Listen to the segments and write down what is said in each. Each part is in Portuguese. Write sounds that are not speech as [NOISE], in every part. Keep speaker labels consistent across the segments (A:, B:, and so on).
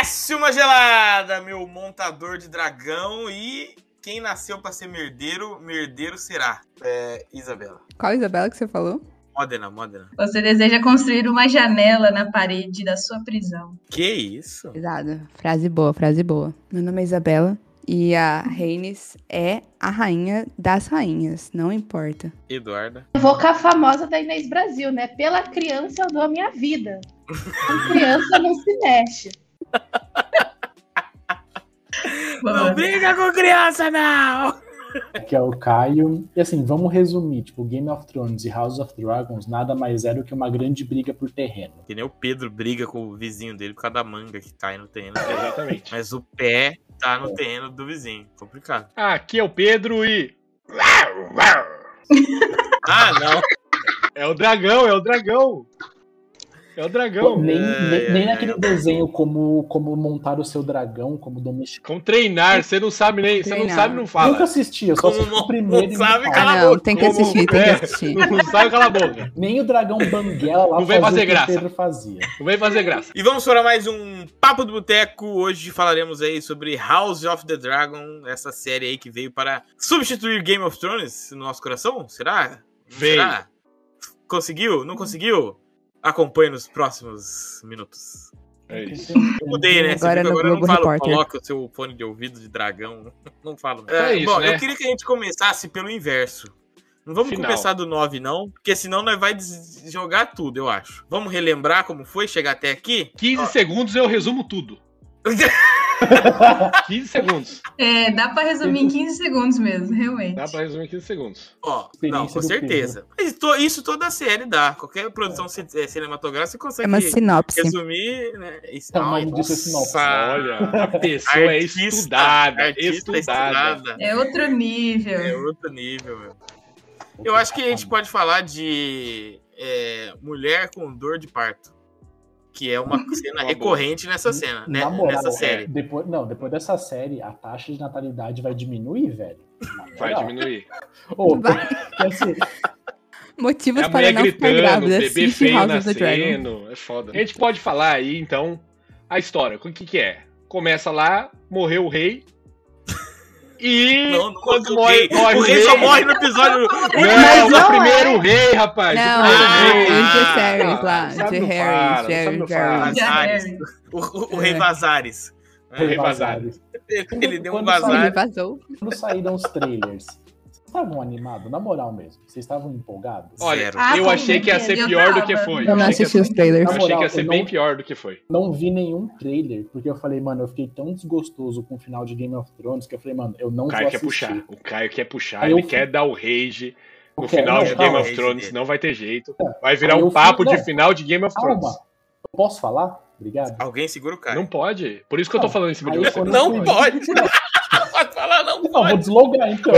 A: Décima gelada, meu montador de dragão e quem nasceu pra ser merdeiro, merdeiro será. É, Isabela.
B: Qual Isabela que você falou?
A: Modena, Modena.
C: Você deseja construir uma janela na parede da sua prisão.
A: Que isso?
B: Pesado. Frase boa, frase boa. Meu nome é Isabela e a Reines é a rainha das rainhas, não importa.
A: Eduarda.
D: Eu vou com a famosa da Inês Brasil, né? Pela criança eu dou a minha vida. Com criança não se mexe.
A: Não briga com criança, não!
E: Aqui é o Caio. E assim, vamos resumir: tipo, Game of Thrones e House of Dragons nada mais é do que uma grande briga por terreno.
A: Que nem o Pedro briga com o vizinho dele por causa da manga que cai no terreno dele.
E: Exatamente.
A: Mas o pé tá no terreno do vizinho. Complicado.
F: Aqui é o Pedro e.
A: Ah, não.
F: É o dragão, é o dragão. É o dragão.
E: nem
A: é,
E: nem,
A: é,
E: nem
A: é.
E: naquele desenho como, como montar o seu dragão, como domesticar.
F: Com treinar, você não sabe nem. Você não
B: Treinar.
F: sabe, não
E: Nunca
F: fala.
E: assisti, eu só
A: Como
E: assisti
A: mon-
E: o primeiro. e
A: sabe,
E: me fala.
A: cala-
B: Ah, não, tem que
F: Como-
B: assistir, tem que
F: é.
B: assistir.
F: Não sabe, cala a boca.
E: Nem o dragão Banguela lá
F: Não vem
E: fazia
F: fazer
E: o que o
F: graça.
E: Pedro fazia.
F: Não vem fazer graça.
A: E vamos para mais um Papo do Boteco. Hoje falaremos aí sobre House of the Dragon, essa série aí que veio para substituir Game of Thrones no nosso coração? Será?
F: Veio.
A: Será? Conseguiu? Não conseguiu? Acompanhe nos próximos minutos.
F: É isso.
A: Mudei, né? Você
B: Agora é
A: viu que
B: no
A: agora eu não
B: Globo
A: falo,
B: Repórter.
A: coloca o seu fone de ouvido de dragão. [LAUGHS] Não falo.
F: É isso,
A: Bom,
F: né?
A: eu queria que a gente começasse pelo inverso. Não vamos
F: Final.
A: começar do 9, não, porque senão nós vai des- jogar tudo, eu acho. Vamos relembrar como foi chegar até aqui?
F: 15 segundos eu resumo
A: [LAUGHS]
F: tudo. 15 segundos.
C: É, dá pra resumir em 15 segundos mesmo, realmente.
F: Dá pra resumir em 15 segundos.
A: Ó,
E: Experiência
A: não, com
E: do
A: certeza. Mas to- isso toda a série dá. Qualquer produção
F: É.
A: ci- eh, cinematográfica você
B: É
A: consegue
B: uma sinopse.
A: resumir, né? Isso-
E: Então,
A: Ai,
E: não disse sinopse.
A: nossa.
F: assim, Olha, a pessoa é
A: Tá. Artista-
F: estudada.
A: artista
F: estudada.
C: É outro nível.
A: É outro nível, meu. Eu acho que a gente pode falar de é, mulher com dor de parto. Que é uma cena
F: [LAUGHS] Uma boa. é.
A: recorrente nessa cena, né?
E: Na moral, é,
A: nessa série.
E: Depois, não, depois dessa série, a taxa de natalidade vai diminuir, velho. Na
F: Vai
E: moral.
F: diminuir.
E: Ô,
B: Vai.
E: porque, assim,
B: Motivos
F: É a
B: para
F: mulher
B: não ficar
F: gritando,
B: grávida.
F: bebê
B: Assiste
F: feio
B: House of the Dragon.
F: nascendo. É foda. A gente pode falar aí, então, a história. O que que é? Começa lá, morreu
E: [LAUGHS]
F: o rei. E
A: Não, não
F: quando
A: o rei-
F: morre,
A: o rei só morre no episódio.
F: Não, é
B: Mas
F: o
B: não é.
F: primeiro rei, rapaz.
B: Não,
F: o
A: Ah,
F: primeiro rei.
B: o
A: ah,
B: de Harris
F: ah,
B: lá.
F: sabe
B: De
F: não
B: Harris,
F: fala,
B: Jerry,
F: sabe não
B: Jerry.
F: fala.
C: Já
A: Vazares.
C: é.
A: O, o rei Vazares.
F: Rei
E: Vazares.
A: Ele, ele deu um
E: Quando saiu-
B: Ele
A: vazar.
B: vazou.
E: Quando saíram os trailers, vocês estavam animados? Na moral mesmo, vocês estavam empolgados?
F: Olha,
A: Zero.
C: Ah,
F: eu
C: com
F: achei que ia ser
C: certeza,
F: pior
C: eu
F: do que
C: tava.
F: foi.
B: Eu não
F: achei que ia-
B: assisti os
F: eu
B: trailers.
F: achei que ia ser
E: Eu
F: bem
E: não-
F: pior do que foi.
E: Não vi nenhum trailer, porque eu falei, mano, eu fiquei tão desgostoso com o final de Game of Thrones que eu falei, mano, eu não
F: O
E: vou
F: Caio quer
E: assistir.
F: puxar. O Caio quer puxar.
E: Aí
F: Ele
E: eu fui-
F: quer dar o rage no
E: Eu quero,
F: final
E: não,
F: de Game
E: calma.
F: of Thrones. Não vai ter jeito.
E: É,
F: Vai virar
E: aí
F: um
E: eu fui-
F: papo de
E: não.
F: final de Game of
E: Calma,
F: Thrones.
E: eu posso falar? Obrigado.
A: Alguém segura o cara.
F: Não pode. Por isso que eu tô
E: Não,
F: falando em cima de
E: aí
F: você. [LAUGHS]
E: quando-
A: Não pode. pode falar, não [LAUGHS]
E: Não, vou
A: pode.
E: deslogar então.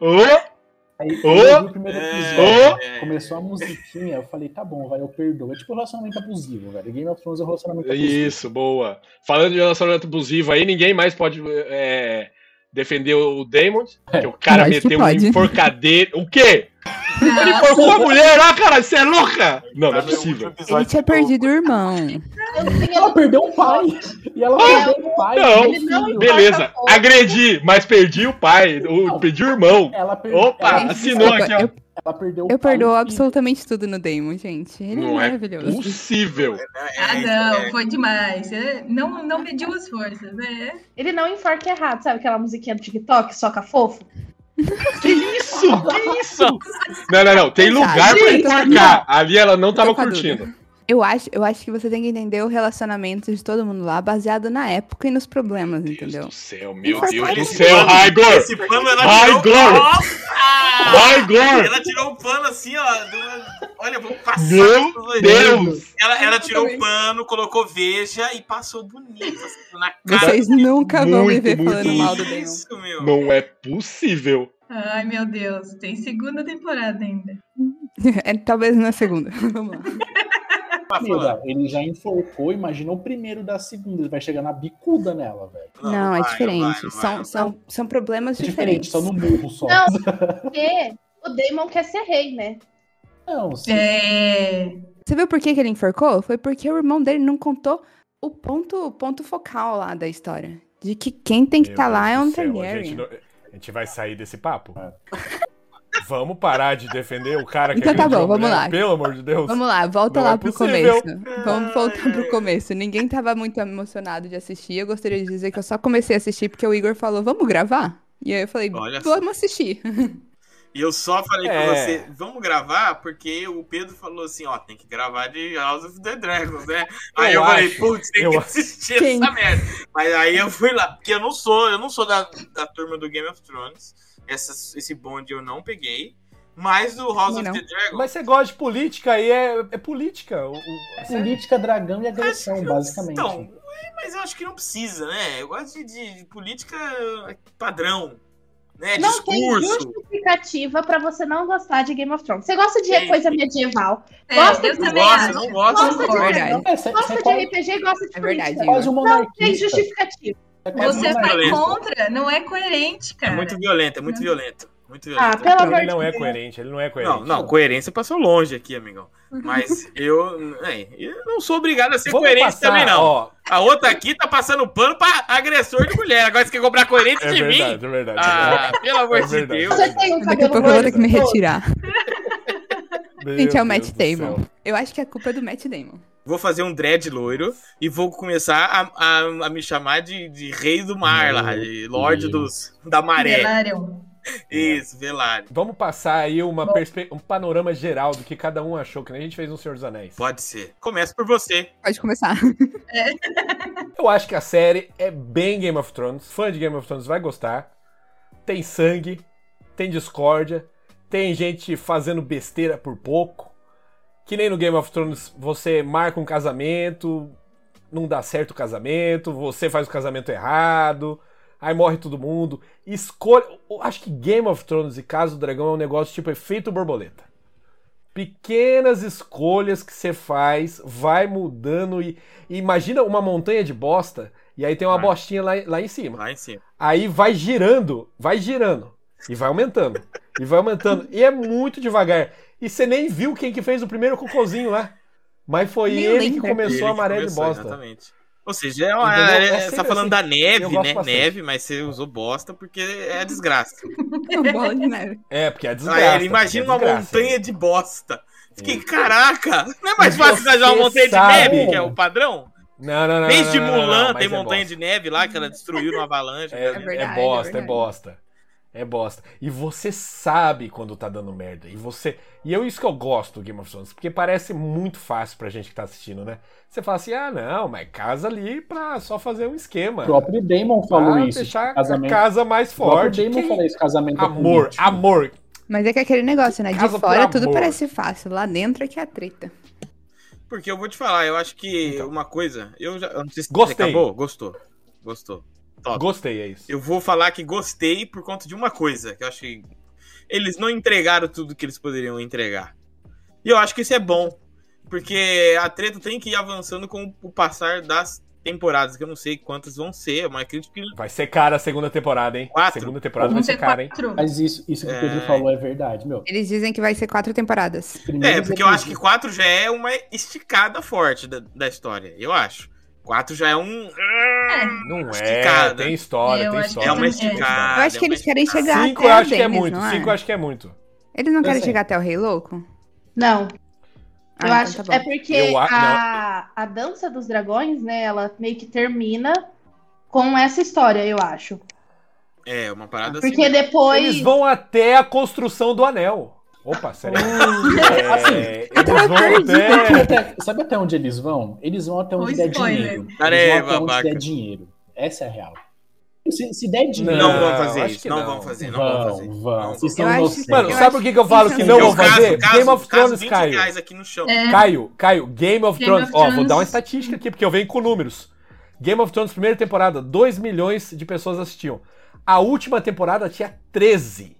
F: Ô! Ô!
E: Aí eu
F: Ô! é,
E: vi o primeiro episódio,
F: Ô!
E: começou a musiquinha, eu falei, tá bom, vai, eu perdoo. É tipo relacionamento abusivo, velho. Game of Thrones é um relacionamento abusivo.
F: Isso, boa. Falando de relacionamento abusivo aí, ninguém mais pode é, defender o Damon. Que o cara
B: Lógico que
F: meteu uma
B: pode.
F: enforcadeira. O quê? Ele
C: Nossa,
F: enforcou a mulher lá, cara, você é louca! Não, não é possível.
B: Ele tinha perdido o irmão.
D: Assim,
E: Ela perdeu o pai. E ela perdeu o pai.
F: Ah, Não,
E: e o filho.
F: Beleza, agredi, mas perdi o pai, o,
E: Não.
F: perdi o irmão.
E: Ela perdeu.
F: Opa,
E: ela,
F: Ah, assinou
B: desculpa,
F: aqui, ó.
E: ela perdeu
B: Eu
E: o pai
B: perdoo
E: e o filho.
B: absolutamente tudo no Damon, gente. Ele é
F: Não é
B: maravilhoso.
F: possível.
A: é.
C: Ah, não, foi demais. É, Não, não mediu as forças, né?
D: Ele não enforca errado, sabe aquela musiquinha do TikTok, soca fofo?
F: Que isso? Que isso? Não, não, não. Tem lugar pra
B: Gente,
F: enforcar. Ali ela não tava
B: tô com a
F: curtindo.
B: Eu acho, eu acho que você tem que entender o relacionamento de todo mundo lá, baseado na época e nos problemas,
F: Meu Deus
B: entendeu?
F: do céu, meu
B: Enforcar
F: Deus do
B: esse
F: céu,
A: pano.
F: Raigor!
A: Esse pano ela
F: Vai,
A: tirou.
F: Glória.
A: Nossa!
F: Raigor!
A: Ela tirou o pano assim, ó. de uma- Olha, vou passar.
F: Meu
A: pelos
F: Deus!
A: Ela, ela tirou o
B: Exatamente.
A: pano, colocou veja e passou bonito assim, na cara.
B: Vocês nunca vão me
F: muito,
B: ver
F: muito
B: falando mal do
A: Que
B: Damon.
A: isso, meu.
F: Não é possível.
C: Ai, meu Deus. Tem segunda temporada ainda.
B: É, talvez na segunda. [LAUGHS] Vamos lá.
A: Tá
E: Meu,
A: falando.
E: velho, ele já enforcou, imagina o primeiro da segunda. Ele vai chegar na bicuda nela, velho.
B: Não,
A: vai,
B: é
A: vai,
B: diferente.
A: não vai,
B: são,
A: não
B: São, são problemas
E: É diferente,
B: diferentes.
E: só no murro só.
D: Não, porque o Damon quer ser rei, né?
E: Não, sim.
C: É.
B: Você viu por que, que ele enforcou? Foi porque o irmão dele não contou o ponto, o ponto focal lá da história. De que quem tem que
F: Meu
B: estar lá é
F: Deus
B: um
F: do céu, A
B: Targaryen.
F: gente, não- a gente vai sair desse papo? [LAUGHS] Vamos parar de defender o cara que
B: Então tá
F: agrediu
B: bom,
F: a
B: vamos
F: mulher,
B: lá.
F: Pelo amor de Deus.
B: Vamos lá, volta
F: Não
B: lá
F: é
B: pro
F: possível.
B: começo. Vamos voltar pro começo. Ninguém tava muito emocionado de assistir. Eu gostaria de dizer que eu só comecei a assistir porque o Igor falou, vamos gravar? E aí eu falei,
A: Olha só.
B: vamos assistir.
A: E eu só falei
F: É.
A: pra você, vamos gravar, porque o Pedro falou assim, ó, tem que gravar de House of the Dragons, né? Aí eu,
G: Eu
A: falei,
G: acho,
A: putz, tem
F: eu
A: que
F: acho.
A: assistir
B: Sim.
A: essa merda. Mas aí eu fui lá, porque eu não sou, eu não sou da, da turma do Game of Thrones. Essa, esse bonde eu não peguei. Mas do House
B: Também
A: of the Dragons.
F: Mas você gosta de política e é, é política. O, o-
E: Política, dragão e agressão, basicamente.
A: Então, ué, mas eu acho que não precisa, né? Eu gosto de, de política padrão. Né?
D: Não tem
A: Discurso.
D: justificativa pra você não gostar de Game of Thrones. Você gosta de
A: Tem.
D: coisa medieval,
C: É,
D: Gosta
C: eu
D: de-
A: Não
C: também
A: gosto,
C: acho.
A: não gosto.
D: Gosta
A: não
D: de
A: gosto.
B: Verdade.
E: Não, é, você,
D: gosta
E: você
D: de
E: quase,
D: RPG e gosta de
B: É
D: política.
B: verdade,
E: quase um monarquista.
D: Tem justificativa.
E: É quase
C: Você
E: um
C: vai
E: monarquista.
C: contra, não é coerente,
A: É
C: cara.
A: muito violento, é muito
C: Não.
A: violento. Muito violento.
D: Ah, pelo amor
F: Ele
D: de
F: não é
D: Deus.
F: coerente, ele não é coerente.
A: Não, não, coerência passou longe aqui, amigão.
F: [LAUGHS]
A: Mas eu, é, eu não sou obrigado a ser
F: Vamos
A: é coerente
F: passar,
A: também, não.
F: ó,
A: A outra aqui tá passando pano pra agressor de mulher. Agora você quer cobrar coerência
F: é
A: de
F: verdade,
A: mim?
F: é verdade.
A: Ah, pelo amor
F: É
A: de
F: verdade.
A: Deus.
D: Você tem um
B: Daqui a
D: cabelo
B: pouco eu vou ter
D: loiro.
B: que me retirar.
F: Meu
B: Gente, é o
F: Deus
B: Matt
F: do
B: Damon.
F: céu.
B: Eu acho que a culpa é do Matt Damon.
A: Vou fazer um dread loiro e vou começar a, a- a me chamar de, de rei do mar lá, de lorde dos, da maré.
C: Velarium.
A: Isso, velário.
F: Vamos passar aí uma
C: Bom.
F: perspe- um panorama geral do que cada um achou, que nem a gente fez no Senhor dos Anéis.
A: Pode ser. Começa por você.
B: Pode [LAUGHS] começar.
F: Eu acho que a série é bem Game of Thrones. Fã de Game of Thrones vai gostar. Tem sangue, tem discórdia, tem gente fazendo besteira por pouco. Que nem no Game of Thrones você marca um casamento, não dá certo o casamento, você faz o casamento errado, aí morre todo mundo. Escolha. Eu acho que Game of Thrones e Casa do Dragão é um negócio tipo efeito borboleta. Pequenas escolhas que você faz, vai mudando e e imagina uma montanha de bosta e aí tem uma
A: Vai.
F: bostinha lá, lá em cima.
A: Lá em cima.
F: Aí vai girando, vai girando e vai aumentando. e vai aumentando. E é muito devagar. E você nem viu quem que fez o primeiro cocôzinho lá. Mas foi
B: Nem
F: ele que
B: lembra.
A: Ele que
F: começou a maré de
A: começou,
F: bosta.
A: Exatamente. Ou seja, é uma,
F: Entendeu?
A: é-
F: É
A: você
F: sempre
A: tá falando da
F: assim.
A: neve,
F: Eu gosto
A: né?
F: bastante.
A: Neve, mas você usou bosta porque é desgraça.
B: É uma bola de neve.
F: É, porque é
A: Aí
F: desgraça.
A: Ah, ele imagina
F: porque é
A: uma
F: desgraça.
A: montanha de bosta. Fiquei,
F: É.
A: caraca, não é mais
F: E
A: fácil fazer uma
F: você
A: montanha de
F: sabe-
A: neve, que é o padrão?
F: Não, não, não. não,
A: Desde
F: não, não, não,
A: Mulan
F: mas
A: tem
F: é
A: montanha
F: bosta.
A: de neve lá que ela destruiu numa avalanche.
F: É,
B: É
F: é,
B: verdade,
F: bosta,
B: é
F: é,
B: verdade.
F: bosta. É bosta. E você sabe quando tá dando merda. E você. E eu isso que eu gosto do Game of Thrones, porque parece muito fácil pra gente que tá assistindo, né? Você fala assim, ah, não, mas casa ali pra só fazer um esquema.
E: O próprio Damon
F: pra
E: falou isso.
F: deixar
E: casamento.
F: Ah, a casa mais
E: O próprio
F: forte.
E: Damon
F: Que-
E: falou isso, casamento
F: Amor,
E: político.
F: amor.
B: Mas é que é aquele negócio, né? De
F: Casa por
B: fora tudo
F: amor.
B: parece fácil. Lá dentro é que é a treta.
A: Porque eu vou te falar, eu acho que
F: Então.
A: uma coisa. Eu já. eu não sei se
F: Gostei.
A: Acabou? Gostou. Gostou. Top.
F: Gostei, é isso.
A: Eu vou falar que gostei por conta de uma coisa, que eu acho que eles não entregaram tudo que eles poderiam entregar. E eu acho que isso é bom, porque a treta tem que ir avançando com o passar das temporadas, que eu não sei quantas vão ser, mas acredito que
F: Vai ser cara a segunda temporada, hein?
A: Quatro.
F: Segunda temporada vai
C: Vão
F: ser
C: ser
F: cara, hein?
C: quatro.
E: Mas isso, isso que o Pedro
A: É.
E: falou é verdade, meu.
B: Eles dizem que vai ser quatro temporadas.
A: É,
E: Primeiros
A: porque eu acho que
E: episódios-
A: 4 já é uma esticada forte da, da história, eu acho. 4 já é um.
F: Não é.
A: Esticada.
F: Tem história,
C: Eu
F: tem
C: acho que
F: história.
A: É uma
C: É.
A: esticada.
B: eu acho
A: é
B: que
A: uma
B: eles querem
A: esticada.
B: chegar
F: Ah, Cinco
B: até
F: eu
B: o
F: acho que é
B: Daenerys,
F: muito.
B: não
F: Cinco eu acho que é muito.
B: Eles não querem
E: sei.
B: chegar até o Rei Louco? Ah,
D: Não, eu
B: então
D: acho.
B: tá bom.
D: é porque
F: Eu a-
D: a, a dança dos dragões, né? Ela meio que termina com essa história, eu acho.
A: É, uma parada assim.
D: Porque depois.
F: Eles vão até a construção do anel. Opa, sério. É, eles
E: Sabe
F: vão até.
E: até- sabe até onde eles vão? Eles vão até onde
C: Um
E: der
C: spoiler.
E: dinheiro. Eles
A: Cara, é
E: vão até onde
A: babaca.
E: der dinheiro. Essa é a real. Se, se der dinheiro.
A: Não,
F: Não,
A: vão fazer
F: acho
A: isso,
F: que
A: não,
F: não.
A: vão fazer, não vão fazer.
E: Vão,
A: Não
E: vão. Vocês são
B: Eu acho-
E: inocentes.
F: Mano,
B: Eu
F: sabe
B: acho
F: por que, que eu
B: que
F: falo
B: isso
F: que
B: é
F: não
B: um
F: vão
B: caso,
F: Então fazer? Game of Thrones,
A: 20
F: Caio.
A: reais aqui no chão.
C: É,
F: Caio, Caio, Game of
C: Game
F: Thrones.
C: of
F: Ó, vou
C: Thrones-
F: dar uma estatística aqui, porque eu venho com números. Game of Thrones, primeira temporada, 2 milhões de pessoas assistiam. A última temporada tinha 13.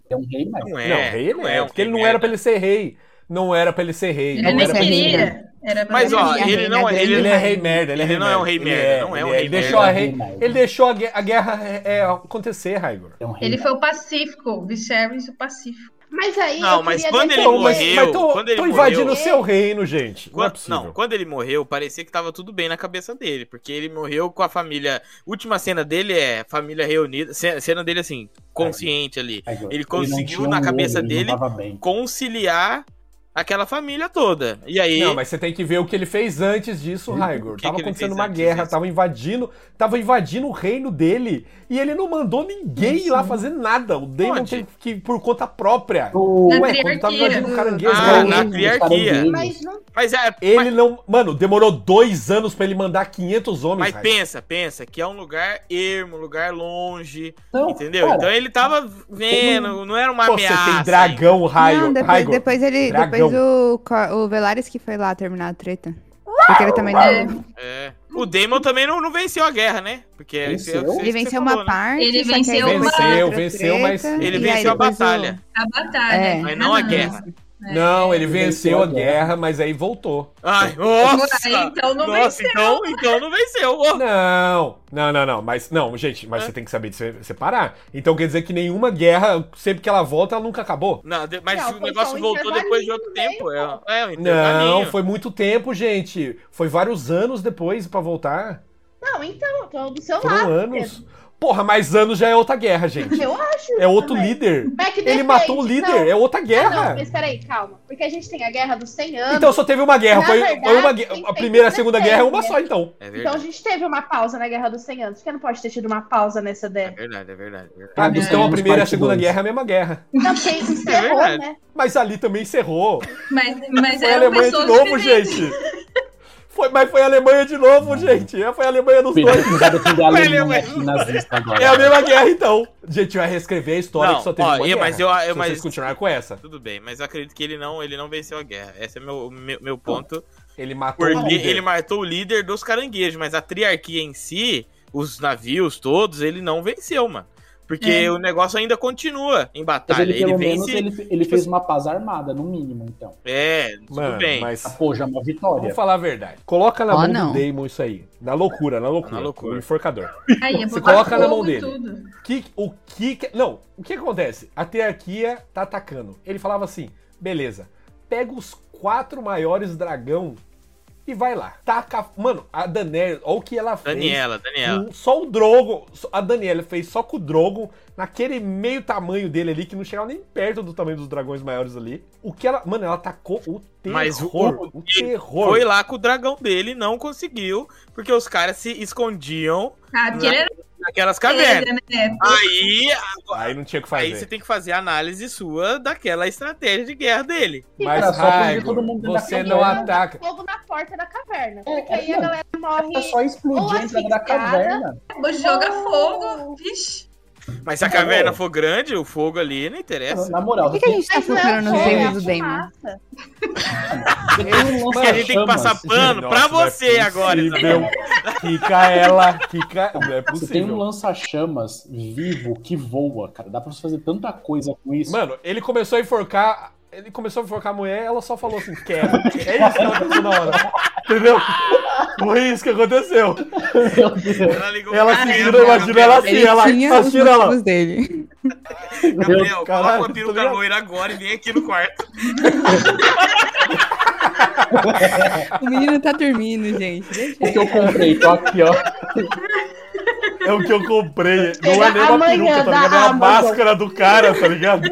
E: É um rei merda.
A: Não é,
F: Não, rei não é,
A: um
F: porque ele não
A: rei
F: era
A: merda.
F: pra ele ser rei. Não era pra ele ser rei.
C: Ele
F: não
C: nem
F: era pra ser rei.
C: queria. Era pra
A: Mas
C: ele
A: ó,
B: Ele é
A: ele
B: rei,
A: não
B: né,
A: ele
F: Ele é rei merda, ele é
A: Ele
F: rei
A: não é um
F: merda.
A: rei
F: Ele
A: merda, não é um
F: ele
A: rei
F: Ele deixou,
E: merda.
F: a rei- ele deixou a, gue- a guerra é, acontecer, Raigor.
E: É um rei
C: Ele
E: merda.
C: foi o Pacífico, Viserys o Pacífico.
D: Mas aí.
A: Não,
D: eu
A: mas
D: queria
A: quando ele
D: defender-
F: mas,
A: morreu,
F: mas tô,
A: quando ele
F: tô invadindo o
A: morreu-
F: seu reino, gente. Não é
A: Quando,
F: possível.
A: não, quando ele morreu, parecia que tava tudo bem na cabeça dele, porque ele morreu com a família. Última cena dele é família reunida, ce- cena dele assim, consciente ali,
E: Aí, ó,
A: ele
E: não
A: conseguiu
E: tinha um
A: na cabeça
E: ele não
A: dele-
E: tava bem.
A: conciliar aquela família toda. E aí,
F: Não, mas você tem que ver o que ele fez antes disso, Raigor.
A: Hum, que
F: tava
A: que ele
F: acontecendo
A: fez
F: uma
A: antes
F: guerra,
A: disso?
F: tava invadindo, tava invadindo o reino dele e ele não mandou ninguém ir lá fazer nada. O Damon
A: Onde?
F: teve que ir por conta própria.
E: O-
C: Na
F: Ué, quando tava
C: triarquia.
F: invadindo o caranguejo,
A: Ah,
F: cara,
E: o-
A: na
E: os
A: triarquia.
E: caranguejos.
D: Mas não.
A: mas é, mas,
F: ele não, mano, demorou dois anos pra ele mandar 500 homens.
A: mas
F: Raigor.
A: pensa, pensa que é um lugar ermo, um lugar longe,
E: Não,
A: entendeu?
E: cara,
A: então ele tava vendo, não era uma
F: um- Pô,
A: ameaça.
F: Você tem dragão, Raigor.
B: Não, depois,
F: Raigor.
B: depois ele. Depois
F: Dragão.
B: o, Co- o Velares que foi lá terminar a treta. Porque ele também não.
A: É. O Damon também não, não venceu a guerra, né? Porque é isso- é isso
E: Venceu.
A: que
B: Ele
A: você
B: venceu
A: falou,
B: uma
A: né?
B: parte.
C: Ele
B: só que aí
C: venceu
B: depois
C: uma-
B: foi outra
F: Venceu, venceu, mas-
B: treta,
A: Ele
B: e aí
A: venceu a
B: depois o-
A: batalha,
C: A batalha.
B: É.
A: mas não a
C: Ah,
A: guerra.
F: Não, ele
E: Ele
F: venceu
E: venceu
F: a
E: a
F: guerra, mas aí voltou.
A: Ai, nossa!
C: Aí, então não
A: nossa,
C: venceu.
A: Então, então não venceu. Ô,
F: Não, não, não, não. Mas, não, gente, mas
A: É.
F: você tem que saber de se- separar. Então quer dizer que nenhuma guerra, sempre que ela volta, ela nunca acabou.
A: Não, de- mas
D: Não,
A: o
D: foi
A: negócio
D: só um
A: voltou depois de outro
D: intervalinho,
A: tempo. É, é um
F: Não,
A: intervalinho.
F: foi muito tempo, gente. Foi vários anos depois pra voltar.
D: Não, então, tô do seu
F: Foram
D: lado.
F: anos. Porra, mas anos já é outra guerra, gente.
D: Eu acho.
F: É outro
D: também.
F: líder.
D: Mas que
F: Ele
D: depende,
F: matou o
D: não.
F: líder, é outra
D: Ah,
F: guerra.
D: não, mas peraí, calma. Porque a gente tem a guerra dos 100 anos.
F: Então só teve uma guerra.
D: Na
F: Foi,
D: verdade,
F: foi uma
D: tem
F: guerra. A
D: que
F: primeira e a
D: ter
F: segunda
D: três
F: guerra é uma
D: guerras.
F: só, então.
A: É
D: Então a
A: verdade,
D: gente teve uma pausa na Guerra dos 100 anos. Por que não pode ter tido uma pausa nessa
A: é
D: década?
A: verdade, é verdade. é verdade.
E: Ah, dos
F: Então a
E: tempos,
F: primeira e a
E: parte
F: segunda
E: dois.
F: guerra é a mesma guerra.
D: Não, Então, porque encerrou,
A: verdade. [LAUGHS]
D: né?
F: Mas ali também encerrou.
C: Mas, mas é um
F: Foi a
C: eram
F: Alemanha de
C: pessoas
F: novo,
C: diferentes.
F: gente. Foi, mas foi a Alemanha de novo, gente. É, Foi a Alemanha dos
E: Pedro,
F: dois.
E: que vai defender a
A: Ele
E: Alemanha
A: é
E: aqui
A: um-
E: nazista agora.
F: É a mesma guerra, então. Gente, vai reescrever a história
A: Não,
F: que só teve
A: ó,
F: uma
A: é,
F: guerra.
A: mas eu- eu-
F: se
A: mas-
F: vocês continuarem com essa.
A: Tudo bem, mas eu acredito que ele não, ele não venceu a guerra. Esse é meu, meu,
F: Então.
A: meu ponto.
F: Ele matou o
A: Porque
F: líder.
A: ele matou o líder dos caranguejos, mas a triarquia em si, os navios todos, ele não venceu, mano. Porque
C: É.
A: o negócio ainda continua em
E: Mas
A: batalha.
E: ele,
A: Ele,
E: pelo menos,
A: vence. tipo assim
E: ele, ele fez uma paz armada, no mínimo, então.
A: É, tudo
F: Mano,
A: bem.
F: mas...
E: Ah, pô, já é uma
F: Vamos
E: vitória.
F: falar a verdade. Coloca na
B: Ó,
F: mão
B: não.
F: do Damon isso aí. Na loucura, na loucura.
A: Na loucura.
F: O enforcador.
C: Aí,
F: Você
C: botar
F: coloca na mão
C: fogo e
F: dele.
C: tudo.
F: Que, o que, que- Não, o que acontece? A hierarquia tá atacando. Ele falava assim, beleza, pega os quatro maiores dragão e vai lá. Taca. Mano, a Daenerys, olha o que ela fez.
A: Daniela, Daniela.
F: com- só o Drogon. só- A Daniela fez só com o Drogon, naquele meio tamanho dele ali, que não chegava nem perto do tamanho dos dragões maiores ali. O que ela. Mano, ela atacou o terror.
A: Mas o-
F: o, terror.
A: Foi lá com o dragão dele e não conseguiu, porque os caras se escondiam
C: Ah, porque ele era
A: naquelas cavernas.
C: beleza, né?
A: Aí,
F: Aí não tinha o que
A: aí você
F: fazer.
A: tem que fazer a análise sua daquela estratégia de guerra dele.
F: Mas,
E: Era só prender
F: Raigor,
E: todo mundo dentro da
F: você não
E: caverna.
F: ataca.
D: Fogo na porta da caverna.
E: É,
D: porque aí
E: é,
D: a galera morre.
E: É só
D: Ou
E: explodir a entrada da
D: asfixiada.
E: caverna.
C: Joga
D: Oh.
C: né? fogo. Vixe.
A: Mas se a
F: Tá
E: Não.
A: caverna for grande, o fogo ali não interessa.
E: Na moral,
B: Por que, que a gente tá
D: Mas não é
B: focando
D: o
B: nos
D: fogo, é a
B: erros do né? Damon?
D: fumaça.
A: É Porque a gente tem
E: um
A: que passar pano pra
F: Nossa, não é
A: você agora.
F: possível.
A: Isabel.
F: Quica ela, quica. Não é
E: Você tem um
F: possível.
E: lança-chamas vivo que voa, cara. Dá pra você fazer tanta coisa com isso.
F: Mano, ele começou a enforcar. Ele começou a enforcar a mulher ela só falou assim: quebra. É isso que ela pensou na hora. Entendeu? Foi isso que aconteceu.
E: Meu Deus.
A: Tá Ela ligou
F: Ela
A: pra
F: se
A: ela,
F: virou, imagina
A: Gabriel.
F: ela assim,
B: Ele
F: ela
B: tinha os
F: tira ela.
B: motivos dele. [LAUGHS]
A: Gabriel, coloca
F: caralho,
A: uma
F: tô
A: peruca
F: ligado.
A: loira agora e vem aqui no quarto.
B: O menino tá dormindo, gente. Deixa
E: O
B: ele.
E: que eu comprei, tô aqui, ó.
F: É o que eu comprei. Não é nem uma
D: Amanhã
F: peruca, tá
D: da
F: ligado? É a
D: Amazon.
F: máscara do cara, tá ligado?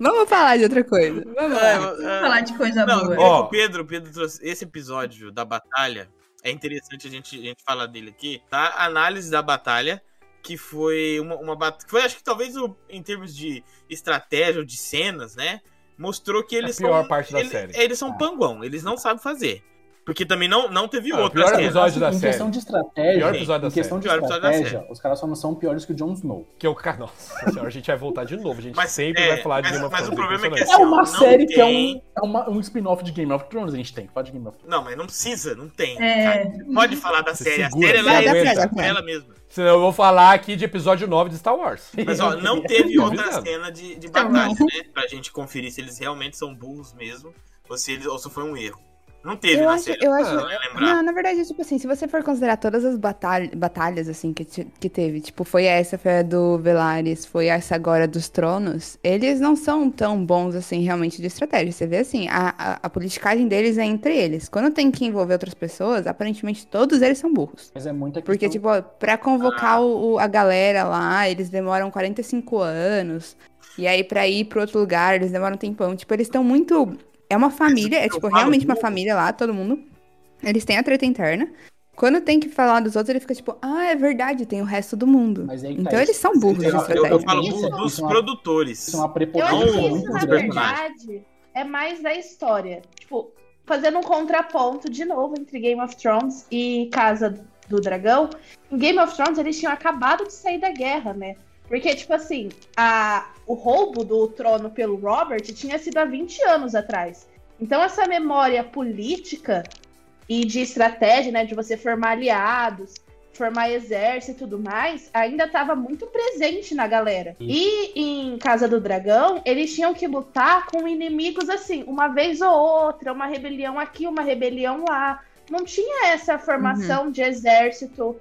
B: Vamos falar de outra coisa. Vamos lá.
A: Ah,
C: Falar de coisa
A: Não,
C: boa.
A: é que
F: Ó.
A: o Pedro, o Pedro trouxe esse episódio da batalha. É interessante a gente, a gente falar dele aqui, tá? A análise da batalha, que foi uma, uma batalha. Foi, acho que talvez o- em termos de estratégia ou de cenas, né? Mostrou que eles
F: É pior
A: são.
F: parte da
A: ele-
F: série.
A: Eles são um panguão, eles não sabem fazer. Porque também não, não teve
F: Ah,
A: outra
F: pior
A: cena.
F: episódio da
E: em
F: série.
E: questão de
F: Pior
E: estratégia,
F: episódio da
E: em questão de
A: série. Pior episódio da
E: estratégia, os caras só não são piores que o Jon Snow.
F: Que é o cara. Nossa senhora, a gente vai voltar de novo. A gente
A: Mas,
F: sempre
A: é,
F: vai falar de
A: mas-
F: Game of
A: mas o
F: Thrones.
A: problema é que
F: impressionante.
E: É uma
A: Não
E: série que é um,
A: tem.
E: é uma- um spin-off de Game of Thrones, a gente tem que falar de Game of Thrones.
A: Não, mas não precisa, não tem.
C: É.
A: cara. Pode falar da
F: Você
A: série. A
F: segura,
A: série ela
F: você
A: é
F: aguenta.
A: feita pra ela mesma.
F: Senão eu vou falar aqui de episódio 9 de Star Wars.
A: Mas
E: [LAUGHS]
A: ó, não teve outra
F: avisando.
A: cena de, de
E: Tá
C: Então,
A: batalha, né? Pra gente conferir se eles realmente são burros mesmo ou se, eles, ou se foi um erro. Não teve
B: Eu
A: na
B: acho,
A: série.
B: eu acho,
A: não ia lembrar.
B: Não, na verdade, é tipo assim, se você for considerar todas as batalha- batalhas, assim, que, te- que teve, tipo, foi essa, foi a do Velaris, foi essa agora dos tronos, eles não são tão bons, assim, realmente de estratégia. Você vê, assim, a, a, a politicagem deles é entre eles. Quando tem que envolver outras pessoas, aparentemente todos eles são burros.
E: Mas é muita questão.
B: Porque, tipo, ó, pra
E: Ah.
B: convocar o, o- a galera lá, eles demoram 45 anos. E aí, pra ir pro outro lugar, eles demoram um tempão. Tipo, eles estão muito. É uma família, é,
A: eu
B: tipo,
A: falo
B: realmente uma
A: muito.
B: família lá, todo mundo. Eles têm a treta interna. Quando tem que falar dos outros, ele fica tipo, ah, é verdade, tem o resto do mundo.
E: Mas aí que tá,
B: Então eles são burros de
E: Eu- eu
A: Eu,
B: estratégia.
A: eu falo
D: Isso-
A: burro dos
E: isso é uma-
A: produtores.
E: Isso é uma
D: Eu acho
E: prepotência
D: que isso,
E: muito
D: na
A: um grande.
D: verdade, é mais da história. Tipo, fazendo um contraponto de novo entre Game of Thrones e Casa do Dragão. Em Game of Thrones, eles tinham acabado de sair da guerra, né? Porque, tipo assim, a, o roubo do trono pelo Robert tinha sido há 20 anos atrás. Então, essa memória política e de estratégia, né? De você formar aliados, formar exército e tudo mais, ainda estava muito presente na galera. E em Casa do Dragão, eles tinham que lutar com inimigos assim, uma vez ou outra, uma rebelião aqui, uma rebelião lá. Não tinha essa formação de exército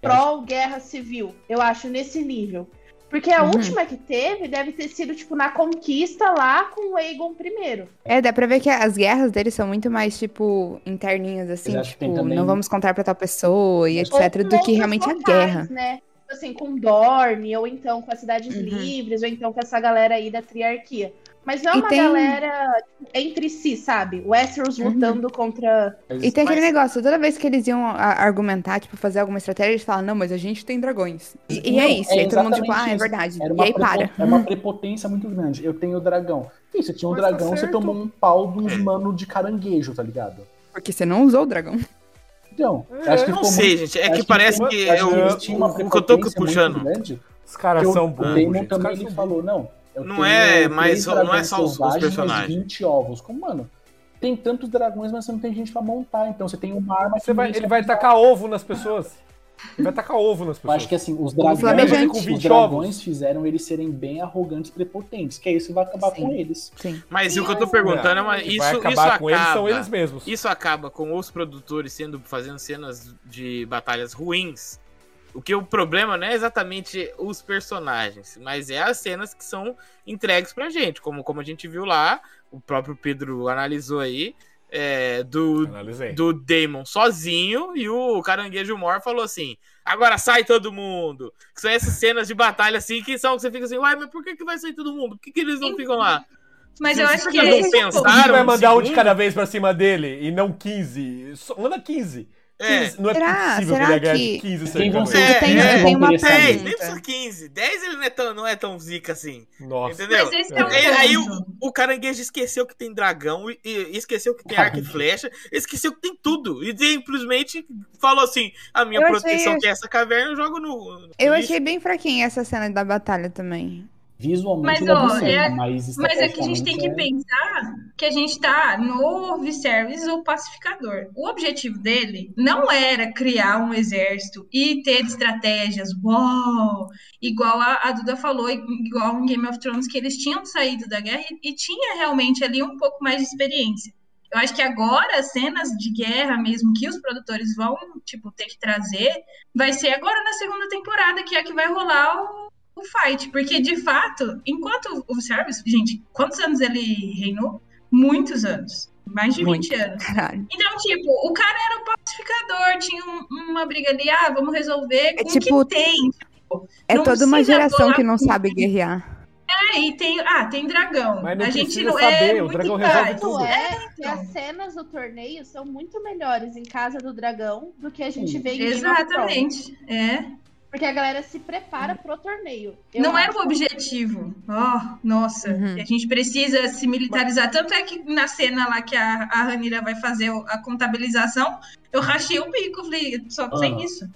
D: pró-guerra civil, eu acho, nesse nível. Porque a
B: Uhum.
D: última que teve deve ter sido, tipo, na conquista lá com o Aegon I.
B: É, dá pra ver que as guerras deles são muito mais, tipo, interninhas, assim,
E: acho que tem
B: tipo,
E: também-
B: não vamos contar pra tal pessoa e
D: Ou
B: etc,
D: com
B: do que
D: outros
B: realmente a
D: locais,
B: guerra.
D: Né? Assim, com Dorne, ou então com as Cidades
B: Uhum.
D: Livres, ou então com essa galera aí da Triarquia. Mas não é
B: E
D: uma
B: tem-
D: galera tipo, entre si, sabe? Westeros
B: Uhum.
D: lutando contra.
B: E tem aquele
A: Mas-
B: negócio, toda vez que eles iam a- argumentar, tipo, fazer alguma estratégia, eles falam, não, mas a gente tem dragões. E, e é
E: Não,
B: isso, e aí todo mundo, tipo,
E: exatamente
B: ah, é
E: isso.
B: verdade.
E: Era
B: E
E: uma
B: aí
E: prepo-
B: para.
E: É uma prepotência muito grande. Eu tenho o dragão. E você tinha um
B: Mas tá
E: dragão, você
B: certo.
E: tomou um pau de uns
A: É.
E: mano de caranguejo, tá ligado?
B: Porque você não usou o dragão.
E: Então,
F: É,
E: acho que
A: Não
E: ficou
A: sei,
E: muito-
A: gente. É
E: acho
A: que parece que,
E: ficou- acho
A: eu,
E: eles tinham uma
A: o que eu tô
E: prepotência muito
A: puxando.
E: grande,
F: Os caras
E: que o
F: são burros.
E: Damon
F: gente. Os
E: também
F: caras
E: ele
F: são
E: falou, não. eu
A: Não
E: tenho
A: é
E: três
A: mais só- não é
E: dragões
A: só os- os
E: selvagens, mas
A: personagens.
E: 20 ovos. Como, mano, tem tantos dragões, mas você não tem gente pra montar. Então você tem uma arma
F: burros. Você vai-
E: ninguém
F: ele
E: sabe
F: vai tacar ovo nas pessoas. Ele vai tacar ovo nas
E: Eu
F: pessoas.
E: acho que assim, os
B: flamejante.
E: dragões,
B: Com
E: os
F: 20
E: dragões fizeram eles serem bem arrogantes e prepotentes, que é isso que vai acabar
B: Sim.
E: com eles.
B: Sim.
A: Mas o que eu tô perguntando é uma.
F: Quem
A: Isso,
F: vai
A: isso
F: acabar com
A: acaba.
F: eles são eles mesmos.
A: Isso acaba com os produtores sendo fazendo cenas de batalhas ruins O que o problema não é exatamente os personagens, mas é as cenas que são entregues pra gente. Como, como a gente viu lá, o próprio Pedro analisou aí, é, do,
F: Analisei.
A: do Damon sozinho e o caranguejo Mor falou assim: agora sai todo mundo. Que são essas cenas de batalha assim que são que você fica assim, uai, mas por que, que vai sair todo mundo? Por que, que eles não ficam lá?
C: Mas
A: Se
C: eu
A: os
C: acho que
A: jogadores
C: esse é o ponto.
A: pensaram-
F: Ele vai
A: um
F: mandar um de
A: segundo.
F: cada vez pra cima dele e não 15. Só- manda 15.
A: É.
F: 15. Não é
B: Será?
F: possível
B: Será
F: que ele ganhe de
B: que-
F: 15
E: Quem vão
A: É,
E: ser
F: cercando
E: os
B: eu tenho,
A: é,
B: eu tenho uma
E: vamos começar
A: Dez,
E: Exatamente.
A: nem precisa
B: pergunta.
A: 15. 10 ele não é tão, não é tão zica assim.
F: ele. Nossa.
A: Entendeu?
C: Mas esse é o
A: Aí- aí o,
C: ponto.
A: o caranguejo esqueceu que tem dragão, e, e esqueceu que tem arco e flecha, esqueceu que tem tudo. E simplesmente falou assim: a minha
B: Eu achei-
A: proteção que é essa caverna, eu jogo no. no
B: Eu
A: lixo.
B: achei bem fraquinha essa cena da batalha também.
E: Visualmente
C: Mas,
E: ele é
C: ó,
E: bonito,
C: é-
E: mas
C: Mas é que a gente tem que
E: estrategicamente
C: pensar que a gente tá no Viserys, o pacificador. O objetivo dele não era criar um exército e ter estratégias, uau, igual a, a Duda falou, igual em Game of Thrones, que eles tinham saído da guerra e, e tinha realmente ali um pouco mais de experiência. Eu acho que agora as cenas de guerra mesmo que os produtores vão, tipo, ter que trazer, vai ser agora na segunda temporada, que é a que vai rolar o o fight, porque de fato, enquanto o Viserys, gente, quantos anos ele reinou? Muitos anos, mais de
B: Muito.
C: 20 anos.
B: Caralho.
C: Então, tipo, o cara era o pacificador, tinha um- uma briga ali, ah, vamos resolver com o
B: tipo-
C: que tem.
B: É
C: Não
B: toda uma
C: precisa
B: geração
C: bolar
B: que não
C: tudo.
B: sabe guerrear.
C: Ah, e tem, ah, tem dragão.
F: Mas não
C: a gente
F: precisa
C: não é
F: saber, o
C: muito
F: dragão
C: tarde.
F: resolve tudo.
D: é que
C: então.
D: as cenas do torneio são muito melhores em Casa do Dragão do que a gente
E: Sim.
D: vê em Game of Thrones.
C: Exatamente, é.
D: Porque a galera se prepara pro torneio. Eu
C: Não é era
D: acho.
C: o objetivo. Oh, nossa,
B: Uhum.
C: a gente precisa se militarizar. Tanto é que na cena lá que a, a Ranira vai fazer o- a contabilização, eu rachei o bico, falei, só tem
E: Ah.
C: isso.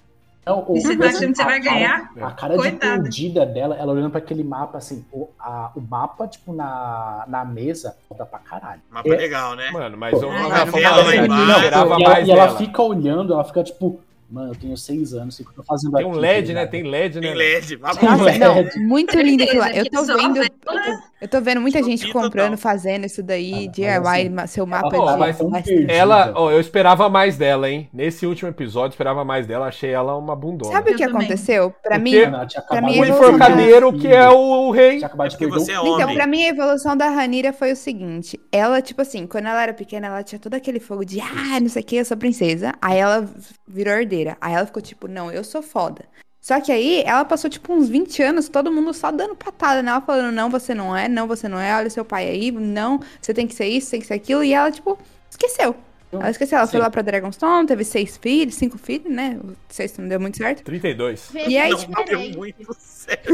E: Não, o-
C: E você tá achando que você
E: a
C: vai
E: cara-
C: ganhar?
E: A cara
C: Coitada.
E: de perdida dela, ela olhando pra aquele mapa, assim, o, a- o mapa, tipo, na, na mesa, dá pra caralho.
A: Mapa
E: É.
A: legal, né?
F: Mano, mas eu
B: Ai,
F: vou
B: mano,
F: falar
A: ela
F: a
A: lá
F: verdade,
A: embaixo.
F: eu esperava
E: e ela,
F: mais
E: e ela
F: dela.
E: fica olhando, ela fica tipo, mano, eu tenho seis anos, o que eu tô fazendo
F: Tem um
E: aqui?
F: LED,
E: tá
F: né?
E: ligado?
F: Tem LED, né?
A: Tem LED, mapa
E: Nossa,
A: legal.
B: Nossa,
E: Ué.
A: [LAUGHS]
B: não, muito lindo aquilo lá. Eu
C: Certeza,
B: tô
C: que só
B: vendo,
C: ela-
B: eu tô vendo muita gente
A: Zumbi
B: comprando,
A: total.
B: fazendo isso daí,
E: Ah,
B: DIY,
E: mas
B: ma- seu
E: Ela um
B: mapa de
E: tava
F: Ó, mas
E: tão
B: Western.
E: perdida.
F: Ela, ó, eu esperava mais dela, hein? Nesse último episódio, eu esperava mais dela, achei ela uma
E: É,
F: bundona.
B: Sabe o
C: Eu
B: que
C: também.
B: aconteceu? Pra mim,
F: Porque-
E: Mano, ela tinha
B: pra
E: acabado
B: mim,
E: de
B: eu
F: o
E: perder
B: vou-
F: enforcadeiro
E: filho,
F: que é o, o rei.
E: Tinha acabado de
A: Porque
E: perder um
A: você é
E: filho.
B: Então,
A: homem.
B: pra mim, a evolução da Ranira foi o seguinte. Ela, tipo assim, quando ela era pequena, ela tinha todo aquele fogo de, ah, não sei o que, eu sou princesa. Aí ela virou herdeira. Aí ela ficou tipo, não, eu sou foda. Só que aí ela passou, tipo, uns 20 anos, todo mundo só dando patada nela, falando, não, você não é, não, você não é, olha o seu pai aí, não, você tem que ser isso, tem que ser aquilo. E ela, tipo, esqueceu. Ela esqueceu, ela foi
E: Sim.
B: lá pra Dragonstone, teve seis filhos, cinco filhos, né? O sexto não deu muito certo.
F: 32.
D: Veja
B: E aí,
D: a
A: Não
B: tipo,
A: bateu
D: diferença.
A: muito certo.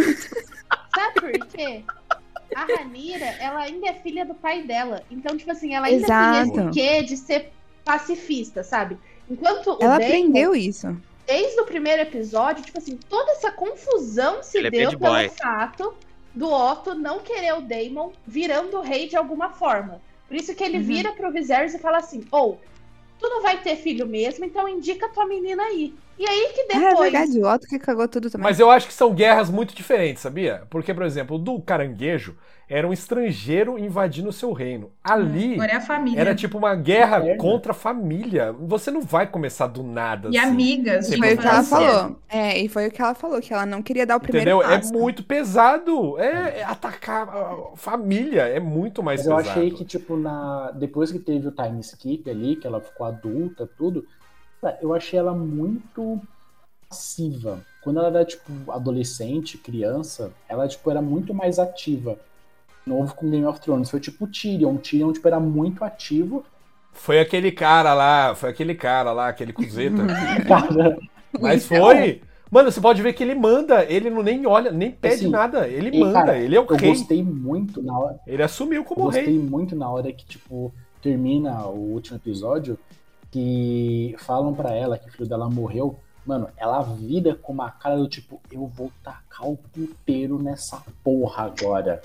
D: Sabe por quê? A Ranira, ela ainda é filha do pai dela. Então, tipo assim, ela ainda tem
B: Exato.
D: esse quê de ser pacifista, sabe? Enquanto o
B: Ela
D: Damon,
B: aprendeu isso.
D: desde o primeiro episódio, tipo assim, toda essa confusão se
A: Ele é
D: deu
A: bad
D: pelo
A: boy.
D: fato do Otto não querer o Damon virando o rei de alguma forma. Por isso que ele
B: Uhum.
D: vira pro Viserys e fala assim: ou tu não vai ter filho mesmo, então indica tua menina aí. E aí que
B: Ah, é
D: depois.
B: verdade, o Otto que cagou tudo também.
F: Mas eu acho que são guerras muito diferentes, sabia? Porque, por exemplo, o do caranguejo era um estrangeiro invadindo o seu reino. Ali
C: Agora é a família.
F: era tipo uma guerra
E: Interna.
F: contra a família. Você não vai começar do nada.
C: E tipo,
F: assim.
C: amigas.
F: Sim,
C: de
B: Foi o que ela
C: infância.
B: falou. É, e foi o que ela falou, que ela não queria dar o primeiro
F: Entendeu? É
B: passo.
F: muito pesado. É, é atacar a a família. É muito mais
E: Mas eu
F: pesado.
E: achei que, tipo, na... depois que teve o time skip ali, que ela ficou adulta, tudo, cara, eu achei ela muito passiva. Quando ela era, tipo, adolescente, criança, ela, tipo, era muito mais ativa. De Novo com Game of Thrones. Foi tipo Tyrion. Tyrion, tipo, era muito ativo.
F: Foi aquele cara lá, foi aquele cara lá, aquele cuzeta.
C: [LAUGHS]
E: Cara,
F: Mas
E: Então,
F: foi. Mano, você pode ver que ele manda, ele não nem olha, nem pede
E: Assim,
F: nada. Ele
E: e,
F: manda,
E: cara,
F: ele é o
E: eu
F: rei.
E: gostei muito na hora.
F: Ele assumiu
E: Eu
F: como rei.
E: gostei muito na hora que, tipo, termina o último episódio, que falam pra ela que o filho dela morreu. Mano, ela vira com uma cara do tipo, eu vou tacar o puteiro nessa porra agora.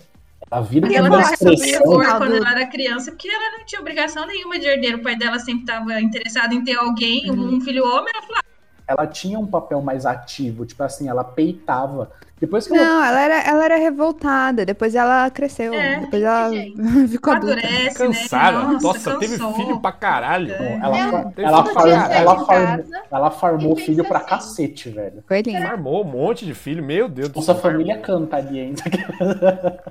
E: Ela vira com
C: Ela tá
E: uma
B: Nossa,
C: passou
F: é
E: expressão.
B: meu
C: terror
B: Aldo.
C: quando ela era criança, porque ela não
F: Uhum.
C: tinha obrigação nenhuma de herdeiro. O pai dela sempre estava interessado em ter alguém, um filho homem. Ela falou: "Ah,
E: ela tinha um papel mais ativo, tipo assim, ela peitava. Depois que ela
B: Não, ela era, ela era revoltada, depois ela cresceu,
C: É,
B: depois ela [LAUGHS] ficou adulta.
C: Amadurece,
F: Cansada.
C: né? Nossa,
F: Nossa,
C: cansou.
F: teve filho pra caralho.
C: É.
E: Ela,
D: Meu,
E: fa-
F: teve
E: ela,
F: filho
D: todo
E: farm-
D: dia eu saio
E: ela,
D: de
E: farm-
D: casa.
E: ela farmou
D: pensa
E: filho pra
D: assim.
E: cacete, velho.
B: Foi linda.
F: Armou um monte de filho, meu Deus do
E: Nossa
F: céu.
E: família é canta ali ainda.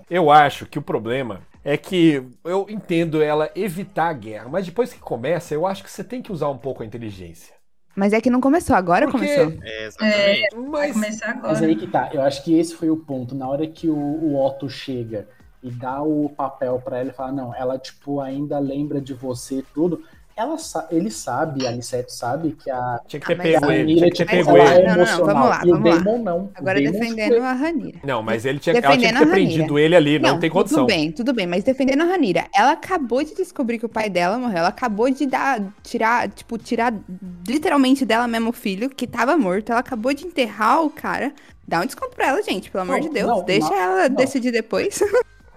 F: Eu acho que o problema é que eu entendo ela evitar a guerra, mas depois que começa, eu acho que você tem que usar um pouco a inteligência.
B: Mas é que não começou, agora
F: Porque-
B: começou.
A: É, exatamente.
C: Vai
F: Mas é
C: começar
E: Mas
C: agora.
E: aí que tá, eu acho que esse foi o ponto. Na hora que o, o Otto chega e dá o papel pra ela e fala, não, ela, tipo, ainda lembra de você e tudo. Ela, sa- ele sabe, a Lissette sabe que a,
F: tinha que ter
B: Ah, mas-
F: pego
E: a
F: ele,
E: Mira,
F: tinha que ter
E: tipo,
F: pego
E: ela
B: lá,
E: é
F: ele.
B: não, não, vamos
E: emocional.
B: lá,
E: e o
B: vamos lá.
E: Damon não.
B: Agora
E: o Damon
B: defendendo a Ranira.
F: Não, mas ele tinha, ela tinha que
B: Defendendo
F: ter
B: a
F: prendido
B: Ranira.
F: ele ali, não, tem
B: Tudo
F: condição.
B: bem, tudo bem, mas defendendo a Ranira, ela acabou de descobrir que o pai dela morreu, ela acabou de dar, tirar, tipo, tirar literalmente dela mesmo o filho, que tava morto, ela acabou de enterrar o cara. Dá um desconto pra ela, gente, pelo amor
E: Não,
B: de Deus,
E: não,
B: deixa
E: não,
B: ela
E: não.
B: decidir depois.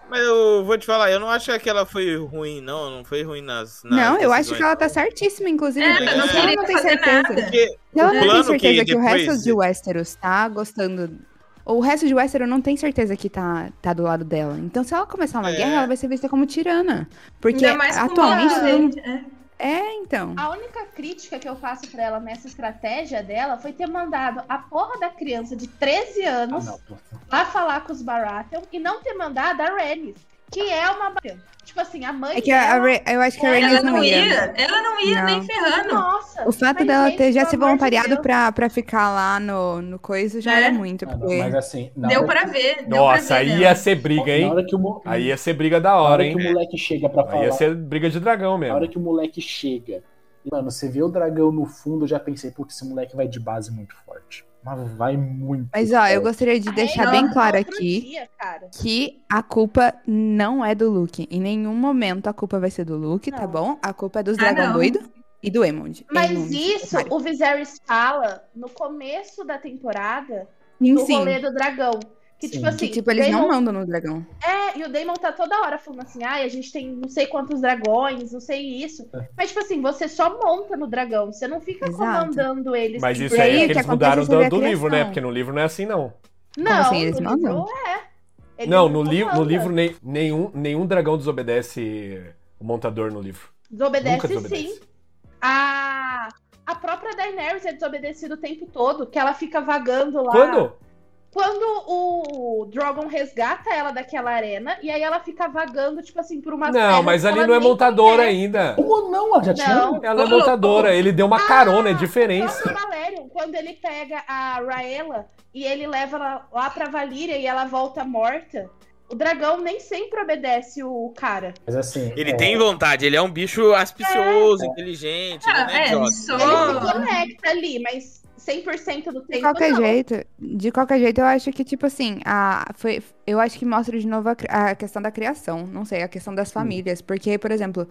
A: Mas eu vou te falar, eu não acho que ela foi ruim, não. Não foi ruim nas. nas
B: não, eu acho
A: decisões.
B: que ela tá certíssima, inclusive.
C: É,
B: porque
A: não
B: se
A: queria
B: ela não tem
C: fazer
B: certeza.
C: nada.
A: Porque
B: Se ela
A: O
B: não tem
A: plano
B: certeza
A: que
B: que, o
A: depois-
B: resto de Westeros tá gostando. Ou o resto de Westeros não tem certeza que tá, tá do lado dela. Então, se ela começar uma
A: É.
B: guerra, ela vai ser vista como tirana. Porque
C: Ainda mais com
B: atualmente.
F: um
C: uma-
B: não-
C: é.
B: É, então.
D: A única crítica que eu faço pra ela nessa estratégia dela foi ter mandado a porra da criança de 13
E: Ah,
D: anos
E: não, puta.
D: lá falar com os Baratheon e não ter mandado a Rhaenys, que é uma Baratheon. Tipo assim, a mãe
B: É que a, a
D: dela-
B: Rha- eu acho que a
C: Ela
B: Rhaenys
C: não ia, ela não ia
B: Não.
C: nem ferrando.
D: é Nossa.
B: O fato
D: mas,
B: dela
D: gente,
B: ter já
D: pelo
B: se
D: amor de
B: voluntariado
D: Deus.
B: pra, pra ficar lá no, no coisa já
C: É.
B: era muito.
E: Ah, não,
B: Porque...
E: mas assim, na
C: Deu
E: hora-
C: pra ver. deu
F: Nossa,
C: pra ver,
F: aí é
C: né?
F: ia ser briga,
E: na
F: hein?
E: hora que o, mo-
F: Aí ia ser briga da
E: na hora
F: hora,
E: que
F: hein?
E: o moleque chega pra
F: Aí
E: falar,
F: ia ser briga de dragão
E: na hora
F: mesmo.
E: que o moleque chega, e, mano, você vê o dragão no fundo, eu já pensei, putz, esse moleque vai de base muito forte. Mas vai muito
B: Mas, ó, eu
E: forte.
B: gostaria de deixar
D: Ai,
B: bem
D: nossa,
B: claro
D: outro
B: aqui.
D: dia, cara.
B: que a culpa não é do Luke. Em nenhum momento a culpa vai ser do Luke, tá
D: Não.
B: bom? A culpa é dos
C: Ah,
B: dragão
C: não.
B: doido e do Emond.
D: Mas
B: Aemond,
D: isso,
B: otário.
D: o Viserys fala no começo da temporada
B: Sim,
D: do
B: sim.
D: rolê do dragão. Que,
E: Sim.
D: tipo assim,
B: Que, tipo, eles
D: Daemon-
B: não mandam no dragão.
D: É, e o Daemon tá toda hora falando assim, ai, a gente tem não sei quantos dragões, não sei isso.
F: É.
D: Mas, tipo assim, você só monta no dragão, você não fica
B: Exato.
D: comandando eles.
F: Mas
D: assim,
F: isso
B: E
F: aí
B: aí,
F: é
B: o
F: que
B: que
F: eles
B: acontece
F: mudaram
B: sobre
F: do,
B: a
F: do livro, né?
B: criação.
F: Porque no livro não é assim, não.
D: Não,
B: assim, eles
D: no
B: mandam?
D: livro é. Eles
F: Não, no, li no
D: comandam.
F: livro nem- nenhum, nenhum dragão desobedece o montador no livro. Nunca
D: Desobedece,
F: desobedece.
D: sim. A... a própria Daenerys é desobedecida o tempo todo, que ela fica vagando lá.
F: Quando?
D: Quando o Drogon resgata ela daquela arena, e aí ela fica vagando, tipo assim, por uma
F: Não, mas ali não é montadora
D: montadora
F: ainda.
E: Como não? Ela já tinha
D: Não.
F: Ela é
C: Ô, louco.
F: montadora, ele deu uma carona, é
D: O
F: diferença.
D: próprio Valerion, quando ele pega a Raela e ele leva ela lá pra Valíria e ela volta morta, o dragão nem sempre obedece o cara.
E: Mas assim.
A: Ele
E: é,
A: tem vontade, ele é um bicho aspicioso, inteligente, ele não
C: Ah,
A: é
C: é,
A: idiota.
C: só-
B: Oh.
D: Ele se conecta ali, mas 100% do tempo
B: De qualquer
D: não. [LAUGHS]
B: jeito, de qualquer jeito, eu acho que, tipo assim, a, foi, eu acho que mostra de novo a, cri- a questão da criação, não sei, a questão das famílias. Porque, por exemplo,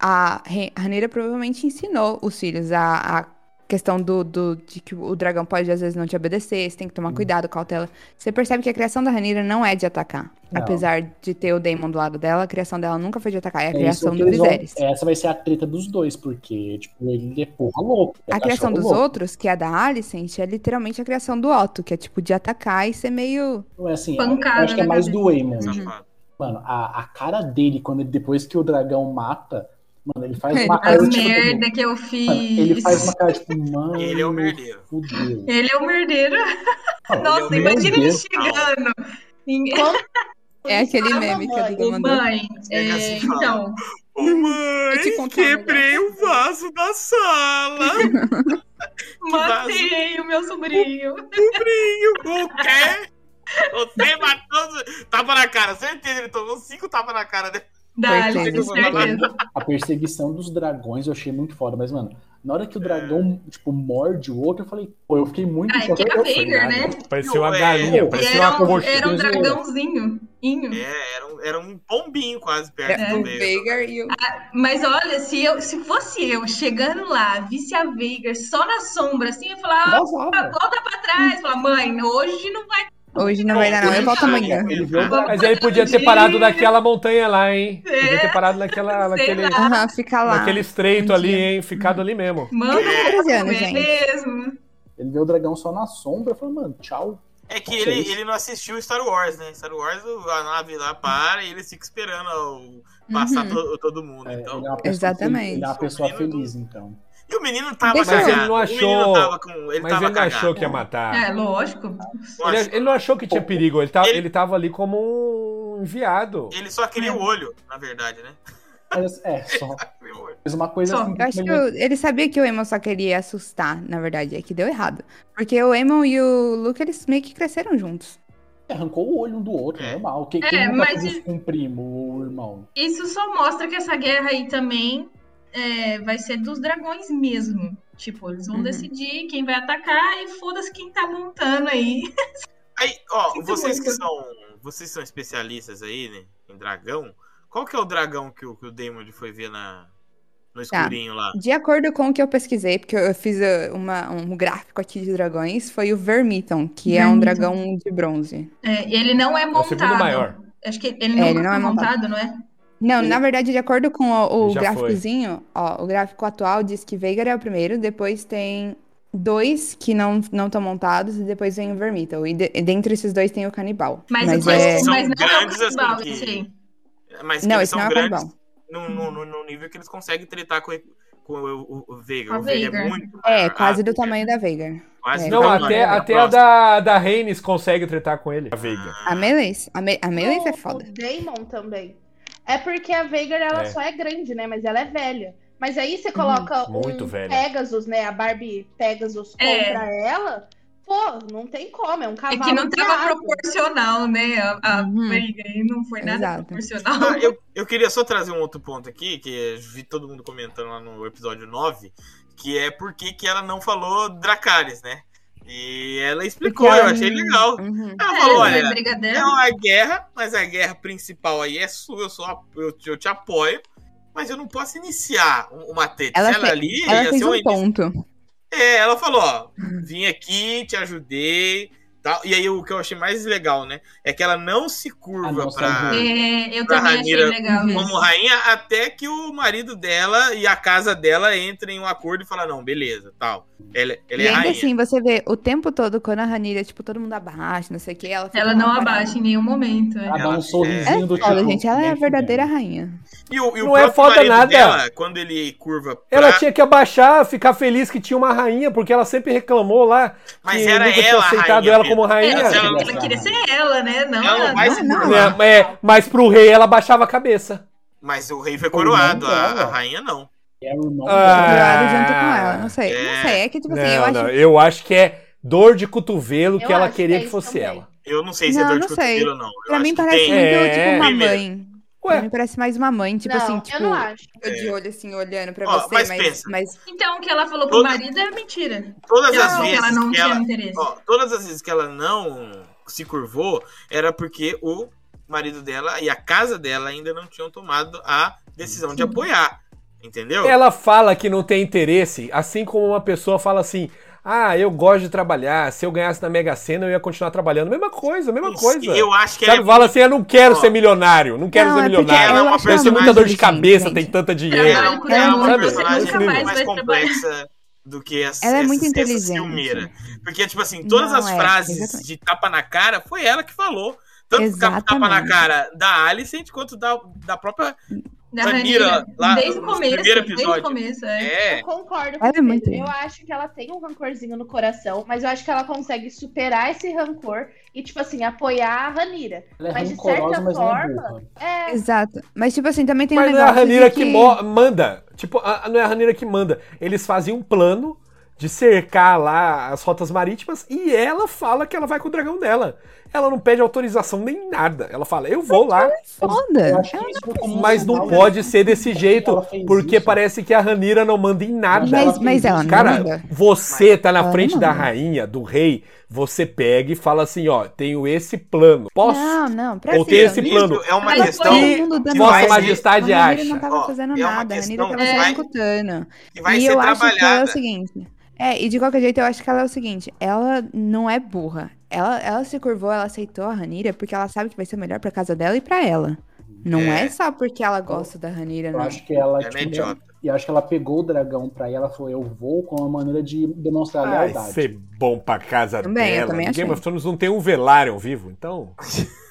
B: a Re- a Rhaenyra provavelmente ensinou os filhos a, a questão do, do- de que o dragão pode às vezes não te obedecer, você tem que tomar cuidado, cautela. Você percebe que a criação da Ranira não é de atacar.
E: Não.
B: Apesar de ter o Daemon do lado dela, a criação dela nunca foi de atacar, é a
E: é isso
B: criação
E: que
B: do
E: eles vão-
B: Viserys.
E: Essa vai ser a treta dos dois, porque, tipo, ele é porra louco. é
B: A criação
E: cachorro
B: dos
E: louco.
B: outros, que é a da Alicent, é literalmente a criação do Otto, que é tipo de atacar e ser meio.
E: Não é assim,
C: Pancada
E: eu acho que é
C: na
E: mais
C: cabeça.
E: do Waymond.
A: um Safado.
E: Mano, a, a cara dele, quando ele- depois que o dragão mata, mano, ele faz
B: Ele
E: uma
C: A
E: cara tipo.
C: merda que eu
E: mano,
C: fiz.
E: ele faz uma cara tipo, mano.
A: [LAUGHS] Ele é um merdeiro.
E: Fudeu.
C: Ele é o merdeiro.
A: é
C: Nossa,
E: Meu
C: imagina ele
E: Deus.
C: chegando. Em-
B: É aquele
D: Ah,
B: meme que
D: mamãe.
B: a Duda mandou.
C: Mãe, é,
A: Pega assim e fala.
C: então,
A: Ô, mãe,
B: Eu te contar um
A: quebrei o vaso da
B: [LAUGHS]
A: sala.
C: matei o meu sobrinho.
A: Sobrinho, o quê?
B: [LAUGHS]
A: Você matou. Tapa na cara, certeza. Ele tomou cinco tapas na cara dele.
C: Dá,
B: Coitado,
C: com certeza.
E: A perseguição dos dragões eu achei muito foda, mas, mano, na hora que o dragão,
A: É.
E: tipo, morde o outro, eu falei, pô, eu fiquei muito
C: Ah, é que
E: chocado.
C: era
E: Eu-
C: bem- Vader, né?
F: Parecia uma
A: Ué.
F: galinha,
E: Ele
F: parecia
C: era,
F: uma
C: um,
F: coxa.
C: era um
E: coxinha.
C: dragãozinho. inho.
A: É, era um, era um pombinho quase perto
B: É,
A: do
B: o
A: meio.
B: Veigar e o.
C: Mas olha, se, eu, se fosse eu chegando lá, visse a Veigar só na sombra, assim, eu ia falar, ah,
E: Vazava.
C: volta pra trás. Falar, mãe, hoje não vai
B: Hoje não vai dar, não. Eu volto amanhã.
E: Ele viu o dragão.
F: Mas ele podia ter parado naquela montanha lá, hein?
A: É.
F: Podia ter parado
C: Sei
F: naquela, naquele,
C: lá.
B: Aham, fica lá.
F: naquele estreito
B: Um
F: ali,
B: dia.
F: hein? Ficado ali mesmo.
C: Manda
B: Tá
C: um pouco
B: atrasando, gente.
C: mesmo.
E: Ele vê o dragão só na sombra e fala, mano, tchau.
A: É que
E: Que
A: ele,
E: isso?
A: ele não assistiu Star Wars, né? Star Wars, o- a nave lá para e ele fica esperando ao- passar
C: Uhum.
A: to- todo mundo.
E: É,
A: então.
E: ele é uma pessoa
B: Exatamente.
E: feliz- Ele é uma
A: O
E: pessoa
A: menino do-
E: feliz, então.
A: E o menino tava
B: Deixa eu-
A: cagado.
B: Mas
F: ele não
A: O menino
F: achou-
A: tava com. Ele
F: Mas
A: tava
F: ele não
A: cagado.
F: achou que ia matar.
C: É, lógico.
A: Nossa,
F: Ele, ele não achou que tinha perigo, ele, tá,
A: Ele-
F: ele... tava ali como um enviado.
A: Ele só queria o olho, na verdade, né?
E: Mas, é, só.
A: Queria o olho.
E: Mas uma coisa
C: Só,
E: assim.
B: Eu acho que
E: melhor-
B: o- ele sabia que o Emon só queria assustar, na verdade, é que deu errado. Porque o Emon e o Luke, eles meio que cresceram juntos.
E: Arrancou o olho um do outro,
A: É.
E: normal. Quem,
C: É,
E: quem nunca
C: mas-
E: fez isso com um primo ou um irmão?
C: Isso só mostra que essa guerra aí também é, vai ser dos dragões mesmo. Tipo, eles vão
B: Uhum.
C: decidir quem vai atacar e foda-se quem tá montando aí.
A: Aí, ó,
C: Sinto
A: vocês que
C: muito.
A: são. Vocês são especialistas aí, né? Em dragão. Qual que é o dragão que o, que o Damon foi ver na, no escurinho lá?
B: De acordo com o que eu pesquisei, porque eu fiz uh, uma- um gráfico aqui de dragões, foi o Vermithon, que é um
C: Vermithon.
B: dragão de bronze.
C: É, e ele não é
F: É o
C: montado.
F: segundo maior.
C: Acho que ele
B: É,
C: não,
B: ele
C: foi
B: não é
C: montado, não é?
B: Não, na verdade, de acordo com o, o
F: Já foi.
B: gráficozinho, ó, o gráfico atual diz que Veigar é o primeiro, depois tem dois que não não estão montados, e depois vem o Vermithon. E, de- e dentre esses dois tem o Canibal.
C: Mas,
B: Mas
C: mas-
B: é-
C: mas não é o
A: São grandes, assim,
C: canibal,
A: que-
C: esse aí.
A: Mas que
B: Não,
A: eles
B: esse
A: são
B: não é o
A: grandes
B: Canibal.
A: no, no, no- no nível que eles conseguem tretar com com o, o, o Veiga.
C: Com a
A: O Veiga é
C: Veiga.
A: muito.
B: É,
A: a-
B: quase do
A: a-
B: tamanho da Veigar.
A: quase
B: É,
A: do
F: Não,
A: tamanho.
F: até, até a
A: Próximo.
F: da, da Rhaenys consegue tretar com ele. A Veiga.
A: Ah.
B: A Melis, a, Me- a Melis é
D: O-
B: foda.
D: O Daemon também. É porque a Veigar, ela
F: É.
D: só é grande, né? Mas ela é velha. Mas aí você coloca
F: Hum, muito
D: um
F: velha.
D: Pegasus, né? A Barbie Pegasus
C: É.
D: contra ela. Pô, não tem como. É um
C: É
D: cavalo
C: que não
D: de
C: tava
D: aço.
C: proporcional, né? A, a
B: Uhum.
C: briga aí não foi nada
B: Exato.
C: proporcional.
A: Ah, eu, eu queria só trazer um outro ponto aqui, que vi todo mundo comentando lá no episódio 9, que é por que que ela não falou Dracarys, né? E ela explicou,
B: Porque
A: eu
B: ela
A: achei
B: não-
A: legal.
B: Uhum.
A: Ela
C: [LAUGHS] É,
A: falou,
C: não
A: olha,
C: é briga
A: é
C: dela.
A: uma guerra, mas a guerra principal aí é sua, eu, sou, a- eu, te- eu te apoio, mas eu não posso iniciar um- uma treta.
B: Ela
A: Se
B: fe-
A: ali,
B: Ela
A: ia
B: fez
A: ser
B: um
A: uma
B: ponto.
A: é, ela falou, ó, vim aqui, te ajudei, tal. E aí o que eu achei mais legal, né, é que ela não se
E: Ah,
A: curva
E: não,
A: pra,
E: saiu.
C: É, eu
A: Pra
C: também achei
A: Ranira,
C: legal
B: uhum.
A: como
C: isso.
A: rainha até que o marido dela e a casa dela entrem em um acordo e falam, não, beleza, tal. Ela, ela
B: e
A: é
B: ainda
A: rainha.
B: assim, você vê o tempo todo, quando a Ranira, tipo, todo mundo abaixa, não sei o que, ela fica
C: Ela
B: lá
C: não
B: parada.
C: abaixa em nenhum momento. é.
E: Ela dá
A: Ela-
E: um sorrisinho
B: É
E: do
B: foda,
E: tipo,
B: gente. Ela é a
E: "Mexe
B: verdadeira
E: mesmo".
B: rainha.
A: E o, e o
F: Não é
A: próprio
F: foda
A: marido
F: nada.
A: dela, quando ele curva pra...
F: Ela tinha que abaixar, ficar feliz que tinha uma rainha, porque ela sempre reclamou lá
A: Mas
F: que
A: era
F: nunca tinha
A: ela a
F: aceitado
A: rainha,
F: ela
A: Pedro.
F: como rainha.
C: É,
A: Ela-
C: ela,
E: ela-
C: ela queria ser ela, né? Não,
A: Ela não
C: ela-
A: vai
B: não,
A: se
B: não.
A: curvar,
F: Né, é, mas pro rei ela baixava a cabeça.
A: mas o rei foi
E: O irmão
A: coroado, a,
E: dela.
A: a rainha não.
E: É o irmão
F: Ah,
E: dela.
B: Ela junto com ela, não sei.
A: É.
B: Não sei, é que, tipo
F: Não,
B: assim, eu acho.
F: não, eu acho que é dor de cotovelo que
D: Eu
F: ela
D: acho
F: queria
D: que é
F: que
D: isso
F: fosse
D: também.
F: ela.
A: Eu não sei se é
B: Não,
A: dor de
B: não sei.
A: cotovelo ou não. Eu
B: Pra
A: acho
B: mim
A: que
B: parece
A: tem.
B: muito,
F: É.
B: tipo, uma
A: Primeiro.
B: mãe. Pra
F: Ué,
B: mim parece mais uma mãe, tipo
D: não,
B: assim, tipo.
D: eu não acho.
B: tô de olho, assim, olhando pra
A: Ó,
B: você,
A: mas
B: mas,
A: pensa.
B: mas
C: Então, o que ela falou pro
A: Toda-
C: marido é mentira.
A: Todas
C: Ela
A: as
C: falou que
A: vezes
C: ela não
A: que
C: tinha
A: ela,
C: interesse.
A: ó, todas as vezes que ela não se curvou, era porque o marido dela e a casa dela ainda não tinham tomado a decisão de apoiar. Entendeu?
F: ela fala que não tem interesse, assim como uma pessoa fala assim: "Ah, eu gosto de trabalhar, se eu ganhasse na Mega Sena eu ia continuar trabalhando". Mesma coisa, mesma
A: Não sei,
F: coisa.
A: Eu acho que
F: Sabe,
A: ela é
F: fala assim, eu não quero
A: Ó.
F: ser milionário, não quero
B: Não,
F: ser
B: é porque
F: milionário.
A: ela é uma
F: eu tenho muita
A: personagem,
F: dor de cabeça,
B: gente.
F: tem tanta
A: ela
F: dinheiro.
A: é
C: Ela
A: uma,
C: é
A: ela é uma
F: muito-
A: personagem
F: nunca
A: muito
F: mais
A: mais
C: vai trabalhar.
A: complexa do que essa.
B: ela é
A: essa-
B: muito
A: essa
B: inteligente.
A: ciumeira. Porque, tipo assim, todas
B: Não,
A: as
B: é,
A: frases
B: exatamente.
A: de tapa na cara foi ela que falou. Tanto
B: Exatamente.
A: tapa na cara da Alicent quanto da, da própria.
C: Da
A: Ranira, lá
C: desde o
A: no
C: começo.
A: primeiro
C: Desde
A: episódio.
C: o começo, é.
A: É.
D: Eu concordo com
B: Ela é
D: você.
B: muito
D: Eu
B: linda.
D: acho que ela tem um rancorzinho no coração, mas eu acho que ela consegue superar esse rancor e, tipo assim, apoiar a Ranira.
E: Ela é
D: Mas de
E: rancorosa,
D: certa
E: mas não é
D: forma,
E: burra.
D: É,
B: Exato. Mas, tipo assim, também tem um
F: Mas não é a
B: negócio. de
F: Ranira que, mo- manda. Tipo, a- a- não é a Ranira que manda. Eles fazem um plano de cercar lá as rotas marítimas e ela fala que ela vai com o dragão dela. Ela não pede autorização nem nada. Ela fala, eu vou lá,
E: Eu
B: Foda.
E: acho que isso como
F: mas
E: sinal,
F: não
E: né?
F: pode ser desse
E: Ela assim.
F: jeito,
E: fez
F: porque
E: isso.
F: parece que a Ranira não manda em
E: Mas
F: nada.
E: ela
B: Mas,
E: fez
B: mas
E: isso.
B: ela não
F: Cara,
B: manda.
F: você tá na
B: Ela
F: frente
B: não
F: da
B: manda.
F: rainha, do rei, você pega e fala assim, ó, tenho esse plano. Posso?
B: Não, não, pra
F: Ou tem
B: quê?
F: esse plano.
A: É uma
C: Mas
A: questão.
C: foi-
B: Todo mundo dando
A: Vossa
B: ordem.
F: Majestade
B: a Ranira não
F: acha.
B: tava
A: Ó,
B: fazendo
A: é uma
B: nada, a Ranira
A: questão
B: tava
A: que
B: só
A: vai-
B: escutando.
A: que vai
B: e
A: ser
B: eu acho que ela é o
A: trabalhada.
B: seguinte. É, e de qualquer jeito eu acho que ela é o seguinte, ela não é burra. Ela, ela se curvou, ela aceitou a Ranira porque ela sabe que vai ser melhor pra casa dela e pra ela. Não é,
A: É.
B: só porque ela gosta da Ranira,
E: Eu
B: não.
E: acho que ela,
A: Ela é
E: tipo,
A: idiota.
E: e eu acho que ela pegou o dragão pra ela, falou, eu vou com uma maneira de demonstrar
A: É
F: Vai
E: lealdade.
F: ser é bom pra casa
B: Também, eu
F: dela.
B: também
F: Game
B: achei.
F: of Thrones não tem um velário
B: [LAUGHS]
F: vivo, então.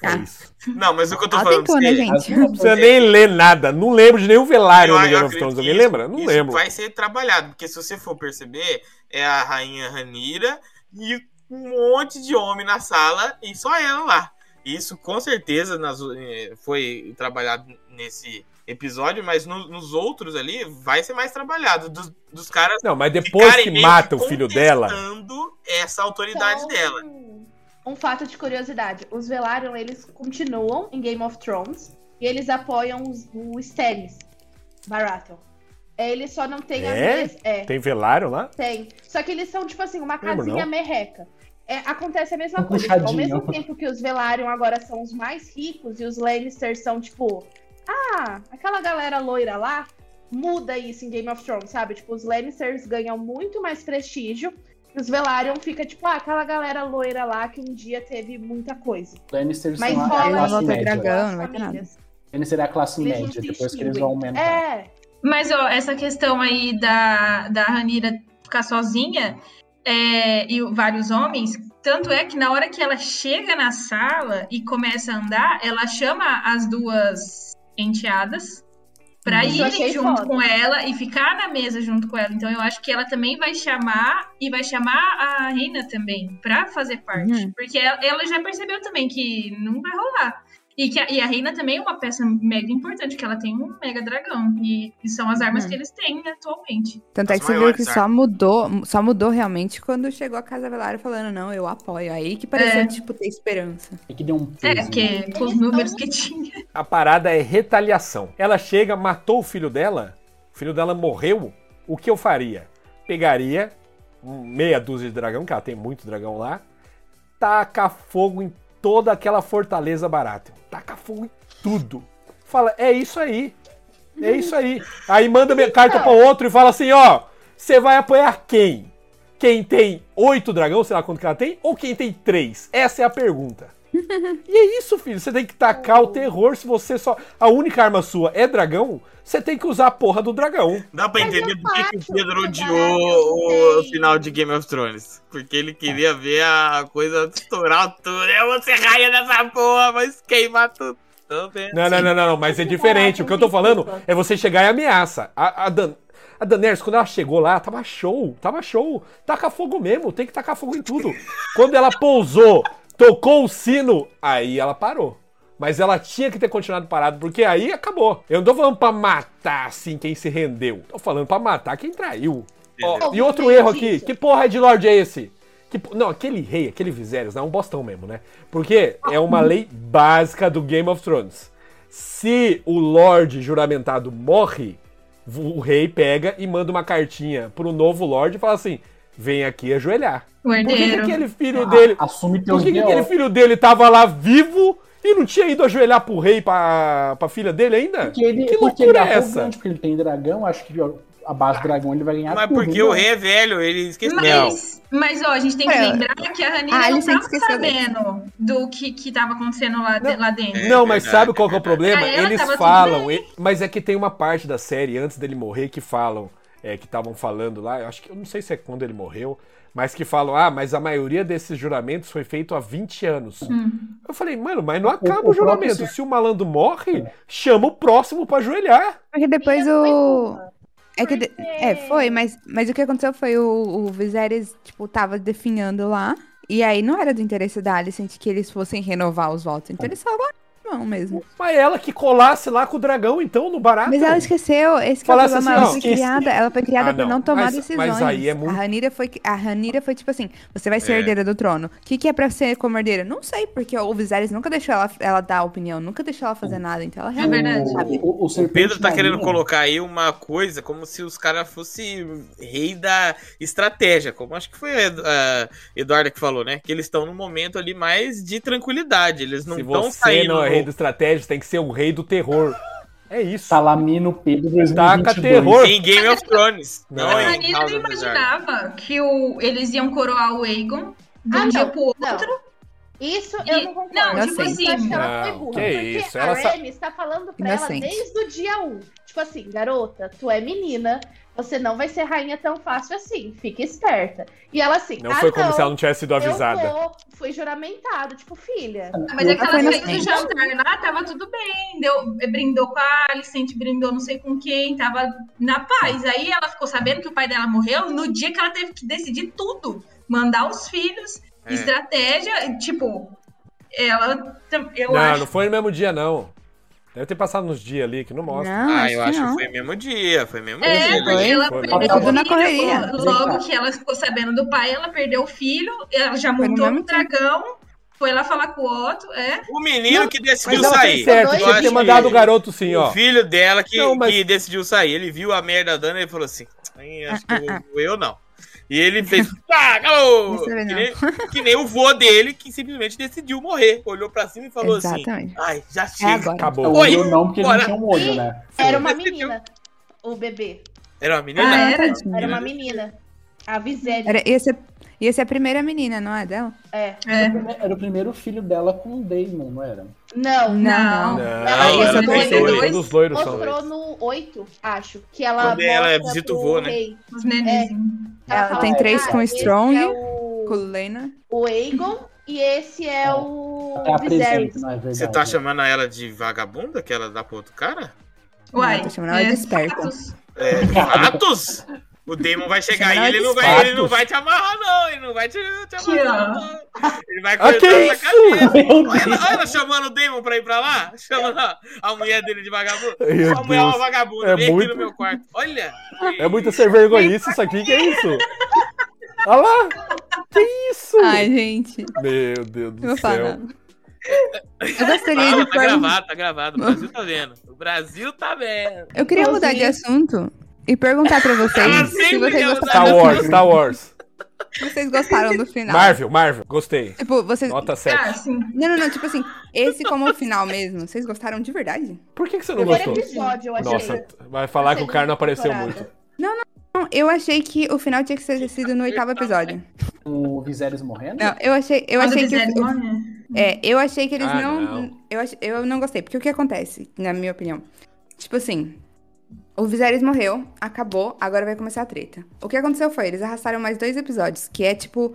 F: É
B: Ah.
F: isso.
A: Não, mas o que eu tô
B: Ela
A: falando pra
B: tentou,
A: você,
B: né, gente?
E: As-
F: Não precisa nem ler nada. Não lembro de nenhum velário no Game of
A: acredito
F: Thrones.
A: que
F: Alguém
A: isso-
F: lembra? Não
A: isso
F: lembro.
A: Vai ser trabalhado, porque se você for perceber, é a rainha Ranira e um monte de homem na sala e só ela lá. Isso com certeza nas- eh, foi trabalhado nesse episódio, mas no- nos outros ali vai ser mais trabalhado. Dos, dos caras
F: Não, mas depois
A: ficarem
F: que
A: meio
F: mata o filho dela.
A: contestando essa
B: Tá.
A: autoridade dela.
D: Um fato de curiosidade: os Velaryon eles continuam em Game of Thrones e eles apoiam os, o Stannis Baratheon. É, Ele só não tem
F: É?
D: as mes- é,
F: Tem velário lá?
D: tem. Só que eles são tipo assim uma
F: Lembro,
D: casinha
F: não.
D: merreca. É, acontece a mesma
E: Uma
D: coisa. Tipo, ao
E: puxadinha.
D: mesmo tempo que os Velaryon agora são os mais ricos e os Lannisters são tipo, ah, aquela galera loira lá, muda isso em Game of Thrones, sabe? Tipo, os Lannisters ganham muito mais prestígio. E os Velaryon fica tipo, ah, aquela galera loira lá que um dia teve muita coisa.
E: Lannisters
D: Mas
E: são a,
D: rola
E: a
D: isso.
E: classe
B: Volta
E: média.
B: é dragão. não vai ter nada.
D: famílias.
E: Lannisters é a classe
D: Eles não
E: média,
D: se
C: assim,
E: depois que eles
C: tipo,
D: extinguem.
E: vão aumentar.
D: É,
C: Mas, ó, essa questão aí da, da Ranira ficar sozinha é, e o- vários homens, tanto é que na hora que ela chega na sala e começa a andar, ela chama as duas enteadas pra
D: Isso Uhum. eu
C: irem
D: achei
C: junto
D: foda.
C: com ela e ficar na mesa junto com ela. Então eu acho que ela também vai chamar e vai chamar a Rina também pra fazer parte,
B: Uhum.
C: porque ela, ela já percebeu também que não vai rolar. E, que a, e a Reina também é uma peça mega importante, que ela tem um mega dragão. E, e são as armas
B: Hum.
C: que eles têm né, atualmente.
B: Tanto é
A: As
B: que você viu que
A: maiores,
B: só mudou, só mudou realmente quando chegou a Casa Velário falando, não, eu apoio. Aí que pareceu,
C: É.
B: tipo, ter esperança.
E: É que deu um peso.
C: É,
E: né?
C: porque com os
D: Eles
C: números
D: são-
C: que tinha.
F: A parada é retaliação. Ela chega, matou o filho dela. O filho dela morreu. O que eu faria? Pegaria um- meia dúzia de dragão, que ela tem muito dragão lá. Taca fogo em toda aquela fortaleza barata. Taca fogo em tudo. Fala, é isso aí. É isso aí. Aí manda minha carta pra outro e fala assim, ó. Você vai apoiar quem? Quem tem oito dragão, sei lá quanto que ela tem, ou quem tem três? Essa é a pergunta. E é isso, filho. Você tem que tacar o terror se você só. A única arma sua é dragão, você tem que usar a porra do dragão.
A: Dá pra
D: Mas
A: entender
D: eu
A: por que que o
D: acho
A: Pedro
D: que
A: odiou o
D: sei.
A: final de Game of Thrones. Porque ele queria ver a coisa estourar tudo. Eu vou ser raia dessa porra, mas queimar tudo. Então, tem-
F: Não, não, não, não, não, mas é diferente. O que eu tô falando é você chegar e ameaça. A, a, Dan... a Daenerys, quando ela chegou lá, tava show, tava show. Taca fogo mesmo, tem que tacar fogo em tudo. Quando ela pousou, tocou o sino, aí ela parou. Mas ela tinha que ter continuado parado, porque aí acabou. Eu não tô falando pra matar, assim, quem se rendeu. Tô falando pra matar quem traiu. Ó,
A: Entendeu?
F: e outro erro aqui, que porra de Lorde é esse? Que po- não, aquele rei, aquele Viserys, não, é um bostão mesmo, né? Porque é uma lei básica do Game of Thrones. Se o Lorde juramentado morre, v- o rei pega e manda uma cartinha pro novo Lorde e fala assim, vem aqui ajoelhar.
C: O
F: Por que, que
C: herdeiro.
F: aquele filho dele...
E: né? Assume
F: Por
E: teus
F: que, que
E: B.O.
F: aquele filho dele tava lá vivo e não tinha ido ajoelhar pro rei, pra, pra filha dele ainda?
E: Porque ele,
F: Que
E: porque ele
F: loucura é
E: é
F: essa?
E: arrogante, porque ele tem dragão, acho que ó, a base do dragão ele vai ganhar
A: Mas
E: tudo,
A: porque
E: né?
A: o rei é velho, ele esqueceu.
C: Mas, mas, ó, a gente tem que
B: É.
C: lembrar que a Ranira
B: Ah,
C: não
B: eles têm que
C: tava
B: esquecer
C: sabendo do que, que tava acontecendo lá, de-
F: Não.
C: lá dentro.
F: Não, mas
A: verdade,
F: sabe qual que é o problema?
C: Pra ela
F: Eles
C: tava tudo
F: falam, e- mas é que tem uma parte da série antes dele morrer que falam, é, que estavam falando lá, eu acho que eu não sei se é quando ele morreu, mas que falam, ah, mas a maioria desses juramentos foi feito há 20 anos.
C: Hum.
F: Eu falei, mano, mas não acaba o,
E: o próprio
F: juramento.
E: ser-
F: Se o malandro morre, chama o próximo pra ajoelhar.
B: Porque depois
D: Ela foi
B: o.
D: burra.
B: É, que de-
D: Porque-
B: é, foi, mas, mas o que aconteceu foi o, o Viserys, tipo, tava definhando lá. E aí não era do interesse da Alicent que eles fossem renovar os votos. Então eles salvaram a mão mesmo.
F: Mas é ela que colasse lá com o dragão, então, no barato.
B: Mas ela esqueceu, esse que é o
F: Falasse
B: problema.
F: assim,
B: ela
F: ó,
B: foi
F: esqueci.
B: criada, ela foi criada
F: Ah,
B: pra
F: não.
B: não tomar
F: Mas- mas
B: decisões.
F: aí é muito-
B: a, Ranira foi, a Ranira foi tipo assim, você vai ser
A: É.
B: herdeira do trono. O que, que é pra ser como herdeira? Não sei, porque o Viserys nunca deixou ela, ela dar opinião, nunca deixou ela
F: Hum.
B: fazer nada. Então ela
C: É
B: realmente...
C: verdade.
E: O, o, o
A: O
E: Serpente
A: Pedro tá
E: Marinho-
A: querendo colocar aí uma coisa como se os caras fossem rei da estratégia, como acho que foi a Ed- a Eduarda que falou, né? Que eles estão num momento ali mais de tranquilidade, eles não
F: Se
A: estão
F: você
A: saindo.
F: não é
A: no-
F: rei do estratégia, tem que ser o rei do terror. É isso.
E: tá Salamino Pedro 2022.
F: Taca terror.
A: Em Game of Thrones.
F: Não.
A: Não,
C: A
A: em
C: Ranira
A: House
C: não
A: of the Dragon.
C: imaginava que o, eles iam coroar o Aegon de um
D: Ah,
C: dia
D: não.
C: pro outro.
D: Não. Isso
C: E-
D: eu não concordo.
C: não,
B: tipo
D: eu
B: assim-
D: acho que ela foi
F: Não,
D: burra.
F: que
D: porque
F: isso,
D: a
F: ela sa-
D: Remy está falando pra
B: Inocente.
D: ela desde o dia 1. Tipo assim, garota, tu é menina, você não vai ser rainha tão fácil assim, fica esperta. E ela assim,
F: Não
D: ah,
F: foi como
D: não,
F: se ela não tivesse sido avisada.
D: Eu vou, fui juramentado, tipo, filha.
C: Ah, Mas é que
B: Ela
C: ela
B: foi
C: saiu do
B: inocente.
C: jantar lá, tava tudo bem. Deu, brindou com a Alicente, brindou não sei com quem, tava na paz. Aí ela ficou sabendo que o pai dela morreu no dia que ela teve que decidir tudo. Mandar os filhos,
A: É.
C: estratégia, tipo, ela. tam- Eu
F: não,
C: acho.
F: não foi no mesmo dia, não. Deve ter passado nos dias ali que não mostra.
B: Não,
A: Ah, eu acho
B: não.
A: que foi mesmo dia, foi mesmo
C: É,
A: dia.
C: porque
B: Foi,
C: ela
F: foi,
C: perdeu
E: foi.
C: o filho.
B: Na correria.
C: Logo que ela ficou sabendo do pai, ela perdeu o filho, ela já
B: Foi no
C: montou no
B: mesmo tempo.
C: dragão, foi lá falar com o Otto, é.
A: O menino que
F: Mas
A: decidiu
F: ela
A: sair.
F: fez certo,
D: Eu
F: tinha que
A: acho
F: ter
A: que-
F: mandado o garoto sim, ó.
A: O filho dela que,
F: Não, mas-
A: que decidiu sair. Ele viu a merda dando e ele falou assim: "Ai, acho que eu, eu não. E ele fez. "Ah, acabou!"
B: Não
A: que,
B: sei não.
A: nem, que nem o vô dele, que simplesmente decidiu morrer. Olhou pra cima e falou assim:
B: Exatamente.
A: Ai, já
B: É
A: chega.
B: agora.
E: O
F: Acabou.
A: Oi,
E: olho não, porque ele
A: bora.
E: não tinha um olho, né?
D: Era uma
A: Decidiu.
D: menina, o bebê.
A: Era uma menina?
C: Ah,
B: Ah,
C: era?
B: tadinha.
D: Era uma menina. A Viséria.
B: Era, ia, ser, ia ser a primeira menina, não é dela?
D: É.
C: é.
E: Era o primeiro filho dela com o Damon, não era?
D: Não,
B: Não.
F: Não,
D: Ela
A: ia
F: era
A: ser
F: dois
A: dois.
F: loiros, todos os loiros são
D: mostrou no 8, acho, que ela
A: Quando ela
D: mostra
A: visita o
D: pro
A: vô, né?
D: rei.
C: Os nenenzinhos.
B: Ela
D: fala
E: tem
D: assim,
E: três
D: "Ah,
B: com o
D: esse
B: Strong,
D: é o-
B: Com Lena.
D: o Aegon e esse é o
E: É a
D: Viserys.
E: presente, não é verdade?
A: Você tá chamando ela de vagabunda? Que ela dá pro outro cara?
C: Uai.
B: É. Não, tô chamando ela de esperta.
C: fatos.
F: [LAUGHS]
A: É, fatos! O Damon vai chegar
B: Chamar
A: e ele
B: de
A: não, vai, ele
F: fatos.
A: não vai te amarrar, não. Ele não vai te, te
C: Que,
A: amarrar,
C: ó.
A: não. Ele vai
F: Ah, que
A: cortar essa
F: isso?
A: cabeça.
E: Meu
A: Olha
E: Deus.
A: ela, olha ela chamando o Damon pra ir pra lá, chamando a, a mulher dele de vagabundo.
F: Meu
A: a mulher é uma
F: Deus.
A: vagabunda,
F: É
A: vem
F: muito-
A: aqui no meu quarto. Olha!
F: É muita ser vergonhice isso aqui, que é isso? Olha lá! Que isso?
B: Ai, gente.
F: Meu Deus
B: Eu vou
F: do
B: falar
F: céu.
B: nada. Eu gostaria
A: Fala,
B: de
A: tá
B: pôr-
A: gravado, tá gravado. O Brasil tá vendo. O Brasil tá vendo.
B: Eu queria
D: Ô,
B: mudar de
D: gente.
B: assunto e perguntar pra
A: Ela
B: vocês se
A: sempre
B: vocês
A: quer
B: gostaram,
A: usar
F: Star
B: do
F: Wars,
B: final,
F: Star Wars.
B: se vocês gostaram do final.
F: Marvel, Marvel. Gostei.
B: Tipo, vocês.
F: Nota
C: Ah,
F: 7.
C: sim.
B: Não, não, não. Tipo assim, esse como o final mesmo. Vocês gostaram de verdade?
F: Por que, que você não
D: Primeiro
F: gostou?
D: episódio, eu achei.
F: Nossa, vai falar que o cara não apareceu
D: Temporada.
F: muito.
B: Não, eu achei que o final tinha que ser sido no oitavo episódio.
E: O Viserys morrendo?
B: Não, eu achei, eu
C: Quando
B: achei que.
C: fizeram
B: o-
C: nome,
B: É, eu achei que eles
F: Ah,
B: não.
F: não.
B: Eu, ach- eu não gostei. Porque o que acontece, na minha opinião? Tipo assim. O Viserys morreu, acabou, agora vai começar a treta. O que aconteceu foi, eles arrastaram mais dois episódios, que é tipo.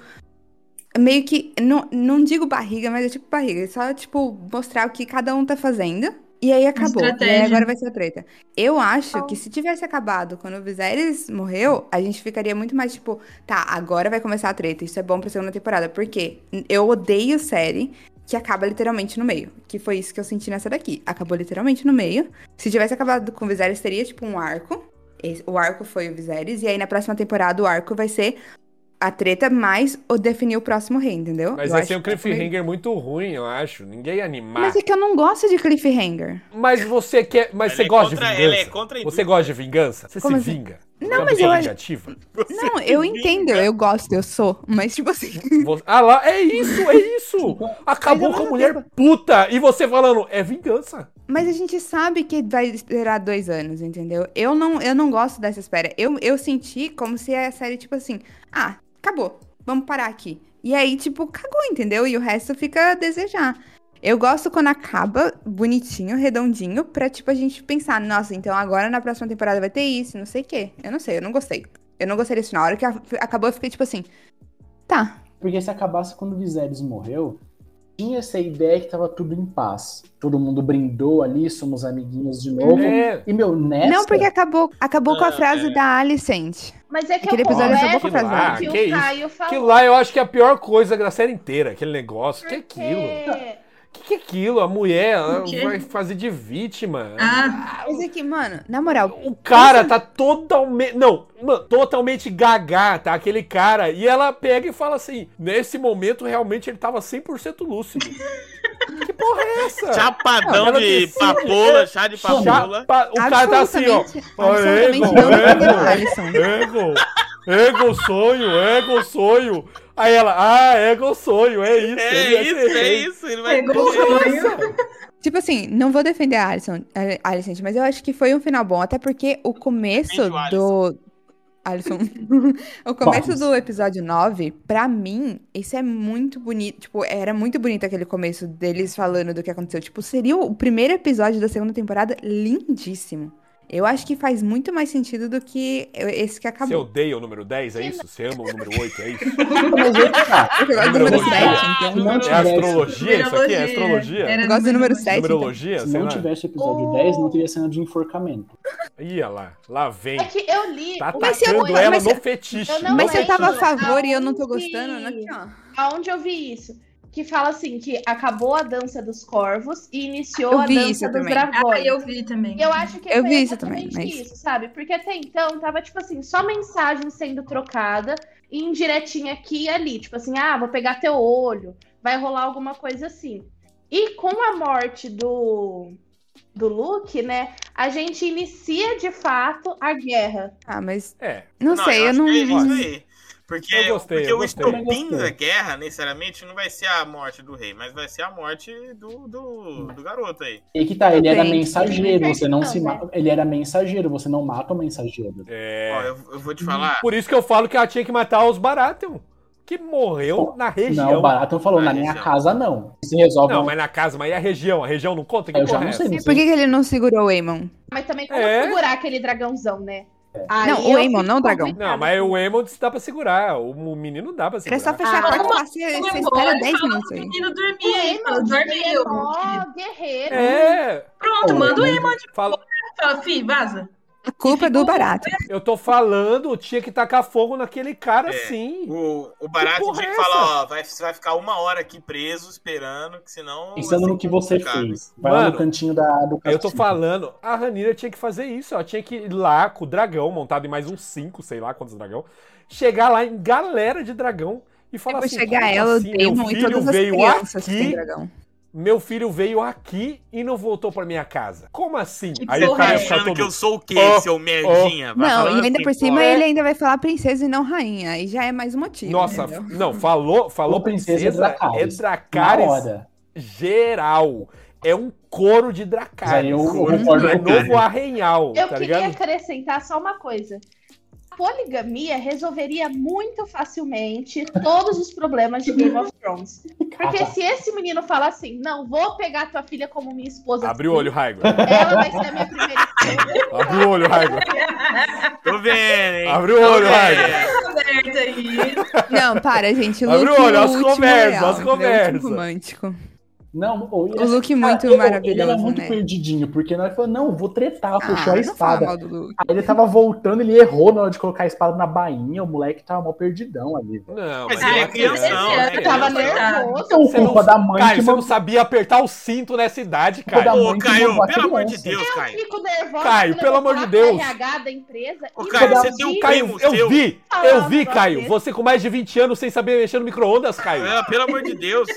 B: Meio que. Não, não digo barriga, mas é tipo barriga. É só, tipo, mostrar o que cada um tá fazendo. E aí acabou. E aí
C: estratégia.
B: agora vai ser a treta. Eu acho que se tivesse acabado quando o Viserys morreu, a gente ficaria muito mais tipo, tá, agora vai começar a treta. Isso é bom pra segunda temporada. Porque eu odeio série que acaba literalmente no meio. Que foi isso que eu senti nessa daqui. Acabou literalmente no meio. Se tivesse acabado com o Viserys, teria, tipo, um arco. Esse- o arco foi o Viserys. E aí, na próxima temporada, o arco vai ser a treta mais o definir o próximo rei, entendeu?
F: Mas
B: Eu
F: vai
B: acho
F: ser um
B: que tá essa meio-
F: cliffhanger muito ruim, eu acho. Ninguém ia animar.
B: Mas é que eu não gosto de cliffhanger.
F: Mas você quer. Mas
A: Ela
F: você
A: é
F: gosta
A: contra-
F: de
A: ela é
F: vingança.
A: contra
F: você gosta de vingança? Você
B: Como
F: se
B: assim?
F: vinga.
B: Não,
F: Você
B: mas
F: é uma pessoa
B: eu-
F: vingativa?
B: Não,
F: é
B: eu entendo, eu gosto, eu sou. Mas, tipo assim.
F: Você- Ah lá, é isso, é
B: [LAUGHS]
F: isso! Acabou
B: Tipo, Mas
F: com
B: eu
F: a mulher puta! E você falando, é vingança.
B: Mas a gente sabe que vai esperar dois anos, entendeu? Eu não, eu não gosto dessa espera. Eu, eu senti como se a série, tipo assim, ah, acabou, vamos parar aqui. E aí, tipo, cagou, entendeu? E o resto fica a desejar. Eu gosto quando acaba bonitinho, redondinho, pra, tipo, a gente pensar, nossa, então agora na próxima temporada vai ter isso, não sei o quê. Eu não sei, eu não gostei. Eu não gostei disso. Na hora que a- acabou, eu fiquei tipo assim, tá.
E: Porque se acabasse quando o Viserys morreu, tinha essa ideia que tava tudo em paz. Todo mundo brindou ali, somos amiguinhos de novo.
F: É.
E: E, meu, nessa...
B: Não, porque acabou, acabou com a
A: Ah,
B: frase
A: é.
B: da Alicente.
D: Mas é que
B: Aquele
D: eu
B: episódio
F: é
D: converso
F: só boca pra
D: com
F: fora.
D: o que,
F: Que
D: o
F: isso?
D: Caio
F: Que
D: falou.
F: lá eu acho que é a pior coisa da série inteira, aquele negócio. Que é
D: porque
F: aquilo? Que que é aquilo? A mulher ela
C: O quê?
F: vai fazer de vítima.
C: Ah.
B: Mas é que, mano, na moral,
F: O cara tá totalmente. Não, mano, totalmente gaga, tá? Aquele cara. E ela pega e fala assim: nesse momento, realmente ele tava 100% lúcido. que porra é essa?
A: Chapadão
F: Ela
A: de
F: decide,
A: papoula, chá de papoula.
F: Chapa- O cara tá assim, ó.
B: Absolutamente-
F: Ó,
B: absolutamente
F: Egon,
B: não defendeu
F: Egon.
B: o Alisson.
F: Ego! Ego sonho, ego sonho. Aí ela, ah, ego sonho, é isso.
A: É isso, é isso. Ele vai
C: Pegou o sonho.
B: Tipo assim, não vou defender é, a Alisson, a Alisson, gente, mas eu acho que foi um final bom, até porque o começo
A: Defende o
B: do. Alisson, [LAUGHS] o começo do episódio 9, pra mim, isso é muito bonito. Tipo, era muito bonito aquele começo deles falando do que aconteceu. Tipo, seria o primeiro episódio da segunda temporada lindíssimo. Eu acho que faz muito mais sentido do que esse que
F: Você
B: acabou.
F: odeia o número 10, é isso? Você ama o número 8, é isso?
E: [LAUGHS] Mas, aí que tá.
B: Eu gosto do é número 7, então.
A: Ah,
E: Se não
F: É
E: tivesse,
F: astrologia isso aqui? É astrologia?
C: Era
B: Eu gosto do número então.
C: oito.
B: 7.
F: Numerologia?
E: se
F: Sei
E: não
F: lá.
E: tivesse episódio 10, não teria cena de enforcamento.
F: Ia lá, lá vem.
D: É que eu li.
F: Tá
D: uma
B: Mas se eu
F: atacando
D: coisa-
F: ela
B: mas se-
F: no fetiche.
D: eu não
B: Mas se eu
D: é
B: tava a
D: isso.
B: favor e eu não tô
D: Aonde?
B: gostando, aqui, ó.
D: Aonde eu vi isso? Que fala assim, que acabou a dança dos corvos e iniciou
B: Eu
D: a
B: vi
D: dança
B: isso
D: dos
B: também.
D: dragões.
C: Ah, eu vi também.
D: E Eu acho que
B: Eu
D: foi
B: vi isso também,
D: exatamente
B: mas-
D: isso, sabe? Porque até então tava, tipo assim, só mensagem sendo trocada e indiretinha aqui e ali. Tipo assim, ah, vou pegar teu olho, vai rolar alguma coisa assim. E com a morte do, do Luke, né, a gente inicia de fato a guerra.
B: Ah, mas
F: É,
B: não, sei, eu
A: acho
B: não.
A: que é isso aí. Porque,
F: Eu gostei,
A: porque
F: eu
A: o
F: gostei.
A: estopim
E: Eu gostei.
A: da guerra, necessariamente, não vai ser a morte do rei, mas vai ser a morte do, do, do garoto aí.
E: E que tá, ele era
B: Tem.
E: mensageiro, você não se
D: Não,
E: ma... Ele era mensageiro, você não mata o mensageiro.
A: Ó,
F: é.
A: eu, eu vou te falar.
F: Por isso que eu falo que ela tinha que matar os Baratheon, que morreu na
E: Não, o
F: região.
E: Baratheon falou,
A: Na
E: na minha
A: região.
E: casa não. Se resolve.
F: é Não, mas na casa, mas e a região? A região não conta? Que
E: Eu já
F: porra é
E: não sei.
F: essa?
E: não
B: Por que, que ele não segurou o Eamon?
D: Mas também como
F: É.
D: segurar aquele dragãozão, né? Aí
B: Não, o
D: eu
B: Aemon,
D: fico
B: não o dragão.
D: complicada.
F: Não, mas o Emond dá pra segurar, o menino dá pra
B: Era
F: segurar.
B: só fechar a
D: Ah,
B: porta e
C: uma-
B: falar, você você
C: uma bola
B: espera
C: e
B: 10
C: fala
B: minutos
C: O
B: aí.
C: menino
D: O
C: dormia. Ele falou,
D: Aemon,
C: dorme
D: ele
C: eu,
D: é mó
C: querido.
D: guerreiro.
F: É,
E: Pô,
C: Pronto, manda o
E: né?
C: Emon.
F: fala,
C: Fala, fi, vaza.
B: A culpa é do barato.
F: eu tô falando, tinha que tacar fogo naquele cara
A: É.
F: sim.
A: O, o Barato
F: porra
A: tinha que
F: é
A: falar, ó, vai, você vai ficar uma hora aqui preso, esperando, que senão. vai
E: Pensando
A: ser
E: no que você
A: complicado.
E: fez. Vai lá
F: Mano,
E: no cantinho da, do
F: Eu tô
E: castigo.
F: falando, a Ranira tinha que fazer isso. Ela tinha que ir lá com o dragão, montado em mais uns cinco, sei lá quantos dragão. Chegar lá em galera de dragão e falar
B: Depois
F: assim:
B: chegar
F: "Como
B: ela, o
F: assim? Meu
B: Damon e
F: filho
B: todas as
F: veio
B: crianças que tem
F: aqui,
B: dragão.
F: meu filho veio aqui e não voltou pra minha casa. Como assim?
C: Que
F: Aí o
C: porra
F: cara
C: é
F: ia ficar
A: Achando que
F: todo.
A: eu sou o quê,
F: Ó,
A: seu merdinha? Vai
B: Não,
A: falando
B: e ainda
A: assim,
B: por cima
A: pô.
B: ele ainda vai falar princesa e não rainha. Aí já é mais um motivo.
F: Nossa, [LAUGHS]
B: entendeu?
F: não, falou, falou
E: Ou princesa
F: princesa, é
E: Dracarys. Na
F: Dracarys
E: hora.
F: geral. É um coro de
E: Mas aí
F: Dracarys.
E: eu, eu
B: Hum,
E: concordo
F: É
E: com o
F: novo arrenhal,
D: Eu
F: tá
D: queria
F: ligado?
D: acrescentar só uma coisa. A poligamia resolveria muito facilmente todos os problemas de Game of Thrones. Porque
F: Ah, tá.
E: assim,
D: se esse menino falar assim, não, vou pegar tua filha como minha esposa.
F: Abre o olho, Raigo.
D: Ela vai ser a minha primeira esposa.
F: Abre o olho, Raigo.
A: Tô vendo, hein?
F: Abre o olho, Raigo.
A: É,
C: Aberta aí.
B: Não, para, gente. O
F: Abre
B: Luke
F: o olho,
B: o
F: as
B: último é
F: conversas,
B: real,
F: as
B: entendeu? O último
F: conversas.
B: romântico.
E: Não, ou-
B: O look
E: cara,
B: muito
E: ele- ele era
B: maravilhoso,
E: muito
B: né?
E: perdidinho, porque na hora ele falou, não, vou tretar,
B: Ah,
E: puxou a
B: não fala
E: espada.
B: mal do Luke.
E: Aí ele tava voltando, ele errou na hora de colocar a espada na bainha, o moleque tava mal perdidão ali. velho.
F: Não,
A: Mas
F: eu
A: ele é
F: acho que
A: criança,
F: não,
A: né?
F: né?
D: Eu tava
C: Coitado.
D: nervoso.
E: Então,
F: Você não-
E: culpa da mãe
F: Caio,
E: que
F: você não
E: mandou-
F: sabia apertar o cinto nessa idade, Caio.
E: Vou
A: Ô,
E: muito
A: Caio,
E: bom pra
A: pelo amor de
E: criança.
A: Deus,
D: Eu
A: Caio.
D: fico nervosa.
F: Caio,
D: quando eu
F: pelo
D: vou
F: amor de
D: falar com
F: Deus.
D: o RH da empresa.
A: Ô,
D: e
A: Caio,
D: vou
A: você
D: dar
A: tem um
D: dica.
A: primo
F: Caio, eu
A: seu.
F: vi,
D: Ah,
F: eu vi,
D: você.
F: Caio. Você com mais de 20 anos sem saber mexer no micro-ondas, Caio.
A: É, pelo amor de Deus.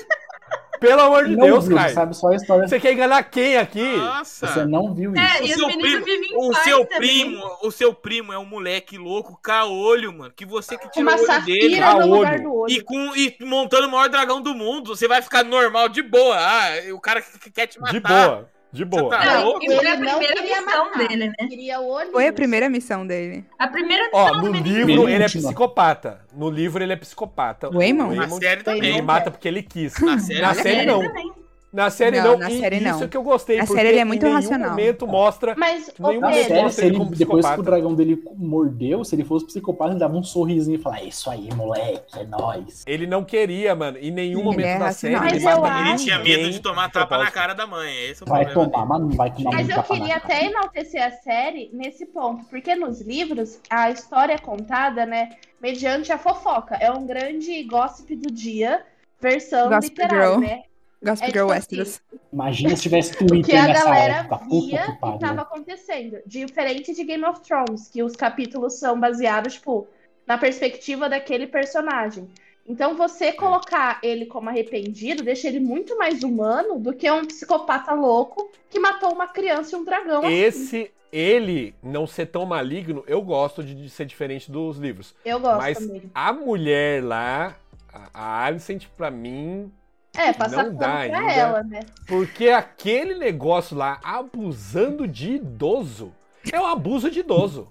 F: Pelo amor de
E: Não
F: Deus,
E: viu,
F: Caio.
E: sabe só a história.
F: Você quer enganar quem aqui?
A: Nossa.
E: Você não viu isso.
C: É,
A: O
C: e os
A: seu
C: meninos
A: primo-
C: vivem em
A: O
C: paz
A: seu
C: também.
A: primo, o seu primo é um moleque louco, caolho, mano. Que você que tira
D: Uma
A: o olho dele.
D: safira
F: Ah,
D: no lugar
F: olho.
D: do
A: E,
D: olho.
A: com, e montando o maior dragão do mundo, você vai ficar normal de boa. Ah, o cara que, que quer te matar.
F: De boa, de boa.
A: Você tá
C: Não,
A: louco?
C: e foi a
D: Ele não
C: primeira
D: queria
C: missão
D: matar.
C: dele, né?
D: Queria olho.
B: Foi a primeira missão dele.
C: A primeira
F: Ó,
C: missão
F: no
C: do menino.
F: livro ele é
E: Última.
F: psicopata. No livro ele é psicopata.
B: O Waymond?
A: Na
F: Waymond,
A: série também.
F: Ele mata porque ele quis.
A: Na série,
F: Na
A: também.
F: série não.
C: é também.
F: Na série
B: Não,
F: não.
B: na
F: e
B: série
F: Isso
B: não.
F: que eu gostei.
B: Na série
F: porque
B: ele é muito
F: em nenhum
B: racional.
F: momento mostra
D: Mas, ô,
F: Nenhum
E: Na
F: Ele-
E: sério,
D: Pedro,
E: se ele,
F: Ele como
E: depois que
F: psicopata.
E: o dragão dele mordeu, se ele fosse psicopata, ele dava um sorrisinho e falava: É isso aí, moleque, é nóis.
F: Ele não queria, mano. Em nenhum
B: Ele
F: momento
B: é
F: da série
B: racional.
F: ele
D: Mas
F: mata
D: eu
F: ninguém.
A: Ele tinha medo de tomar tapa na
F: propósito.
A: cara da mãe. Esse é o
E: Vai
A: problema
E: tomar,
A: dele.
E: mas não vai tomar
D: Mas
E: muito
D: eu
E: tapa na
D: queria
E: cara.
D: até enaltecer a série nesse ponto, porque nos livros a história é contada, né, mediante a fofoca. É um grande gossip do dia, versão
B: Gossip
D: literal,
B: Girl.
D: né?
B: Gossip
D: É
B: Girl
D: tipo
B: Westeros.
E: Imagina se
F: [LAUGHS]
E: tivesse
D: Que
E: Twitter
D: a
E: nessa
D: galera
E: época. Puta
D: via
E: que
D: que estava
F: Uhum.
E: pariu.
D: acontecendo. Diferente de Game of Thrones, que os capítulos são baseados, tipo, na perspectiva daquele personagem. Então
F: É.
D: você colocar ele como arrependido deixa ele muito mais humano do que um psicopata louco que matou uma criança e um dragão.
A: Então-
F: Esse, ele não ser tão maligno, eu gosto de, de ser diferente dos livros.
D: Eu gosto
F: Mas
D: também.
F: a mulher lá, a, a Alicent, pra mim,
D: É, passar
F: não
D: pano
F: dá
D: pra
F: ainda.
D: ela, né?
F: porque aquele negócio lá, abusando de idoso, é um abuso de idoso.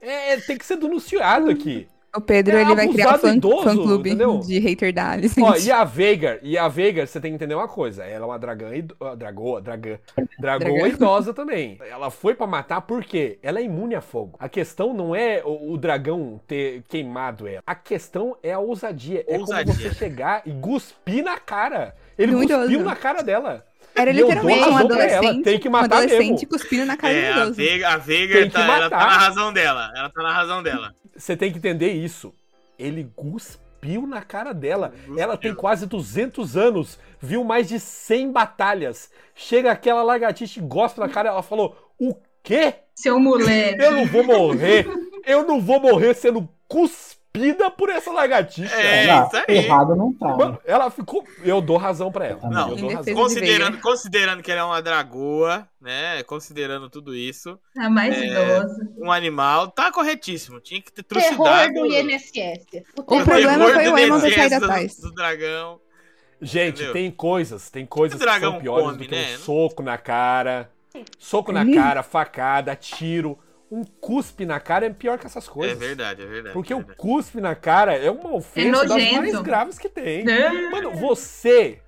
F: É, tem que ser denunciado aqui.
B: O Pedro,
F: É
B: ele vai criar um
F: abusado
B: fã,
F: idoso,
B: fã clube
F: entendeu?
B: de hater da Alice.
F: Ó, e a Veigar, e a Veigar, você tem que entender uma coisa, ela é uma dragã, ido- ah, dragoa, dragã, dragoa
B: Dragã.
F: idosa também. Ela foi pra matar porque ela é imune a fogo. A questão não é o, o dragão ter queimado ela, a questão é a ousadia, é como
A: Ousadia.
F: você chegar e cuspir na cara. Ele
B: Do
F: cuspiu
B: idoso.
F: na cara dela.
B: Era
F: E eu dou
B: literalmente um
F: razão pra é, ela,
B: adolescente.
F: tem que
B: um
F: matar
B: adolescente
F: mesmo.
B: cuspindo na cara
A: É,
B: do
A: a
B: idoso.
A: Veiga, a
F: Tem
A: Veiga
F: que
A: tá, ela tá
F: matar.
A: na razão dela. Ela tá na razão dela.
F: Você tem que entender isso. Ele cuspiu na cara dela. Ela tem quase 200 anos, viu mais de 100 batalhas. Chega aquela lagartixa e gosta da cara, ela falou: "O quê?
C: Seu moleque.
F: Eu não vou morrer. Eu não vou morrer sendo cuspida por essa lagartixa."
A: É,
E: Não,
A: isso aí.
E: Ah, Errado não tá. né?
F: Mano, ela ficou, eu dou razão pra ela.
E: Não.
F: eu
B: Em
F: dou razão.
B: defesa-
A: Considerando, considerando que ela é uma dragoa, né? Considerando tudo isso,
C: A tá mais
A: É.
C: idosa.
A: um animal tá corretíssimo. Tinha que ter
D: Terror
A: trucidado.
D: do INSS. O
B: O
D: terror
B: problema
D: do
B: foi o
A: do
B: Emon ter
A: deserto
B: saído
A: do-
B: atrás.
A: Do dragão. É
F: Gente,
A: Entendeu?
F: tem coisas, tem coisas
A: O
F: que
A: dragão
F: são piores do
A: come,
F: que um
A: né?
F: soco na cara. Soco na
B: Hum.
F: cara, facada, tiro. Um cuspe na cara é pior que essas coisas.
A: É verdade, é verdade.
F: Porque
A: é
F: o
A: verdade.
F: cuspe na cara é uma ofensa das
C: nojento.
F: mais graves que tem.
C: Ah,
F: Mano, você.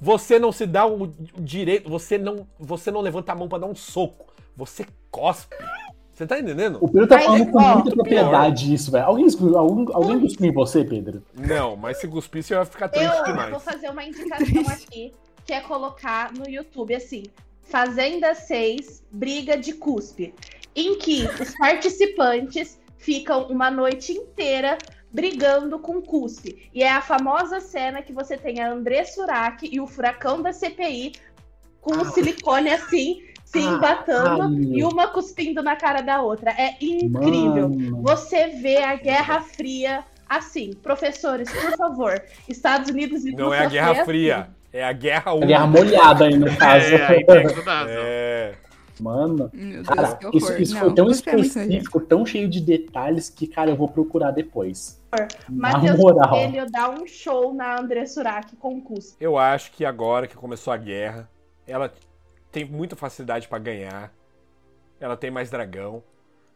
F: Você não se dá o o direito. Você não, você não levanta a mão pra dar um soco. Você cospe. Você tá entendendo?
E: O Pedro tá
D: Mas,
E: falando com
D: ó,
E: muita propriedade isso, velho. Alguém cuspiu algum, alguém cuspiu em você, Pedro?
F: Não, mas se cuspir, você vai ficar triste
D: Eu vou
F: demais.
D: fazer uma indicação aqui, que é colocar no YouTube assim: Fazenda 6, Briga de Cuspe. Em que [LAUGHS] os participantes ficam uma noite inteira brigando com cuspe. E é a famosa cena que você tem a André Surak e o furacão da CPI com o silicone assim, se
E: Ah,
D: embatando
E: ai.
D: e uma cuspindo na cara da outra. É incrível.
E: Mano.
D: Você vê a Guerra Fria assim. Professores, por favor, Estados Unidos e
F: Não é a Guerra Fria. É a Guerra
E: A
F: 1.
E: guerra molhada aí, no
F: [LAUGHS]
E: caso.
A: É, aí tem toda a razão.
F: É.
E: Mano,
B: Meu Deus,
E: cara,
B: que
E: isso,
B: horror.
E: isso
B: Não,
E: foi tão
B: cuspir é muito nojento.
E: específico, tão cheio de detalhes que, cara, eu vou procurar depois. Na
D: Matheus
E: moral.
D: Coelho dá um show na André Surak com cuspe.
F: Eu acho que agora que começou a guerra, ela tem muita facilidade pra ganhar. Ela tem mais dragão.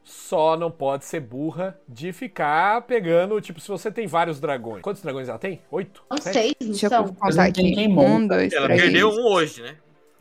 F: Só não pode ser burra de ficar pegando, tipo, se você tem vários dragões. Quantos dragões ela tem? Oito?
D: São
F: Sete?
D: seis, não
B: Deixa eu
D: são?
B: contar
E: Mas não tem
B: aqui.
E: quem
B: Um,
E: monta.
F: é
B: dois,
A: Ela
B: três.
A: perdeu um hoje, né?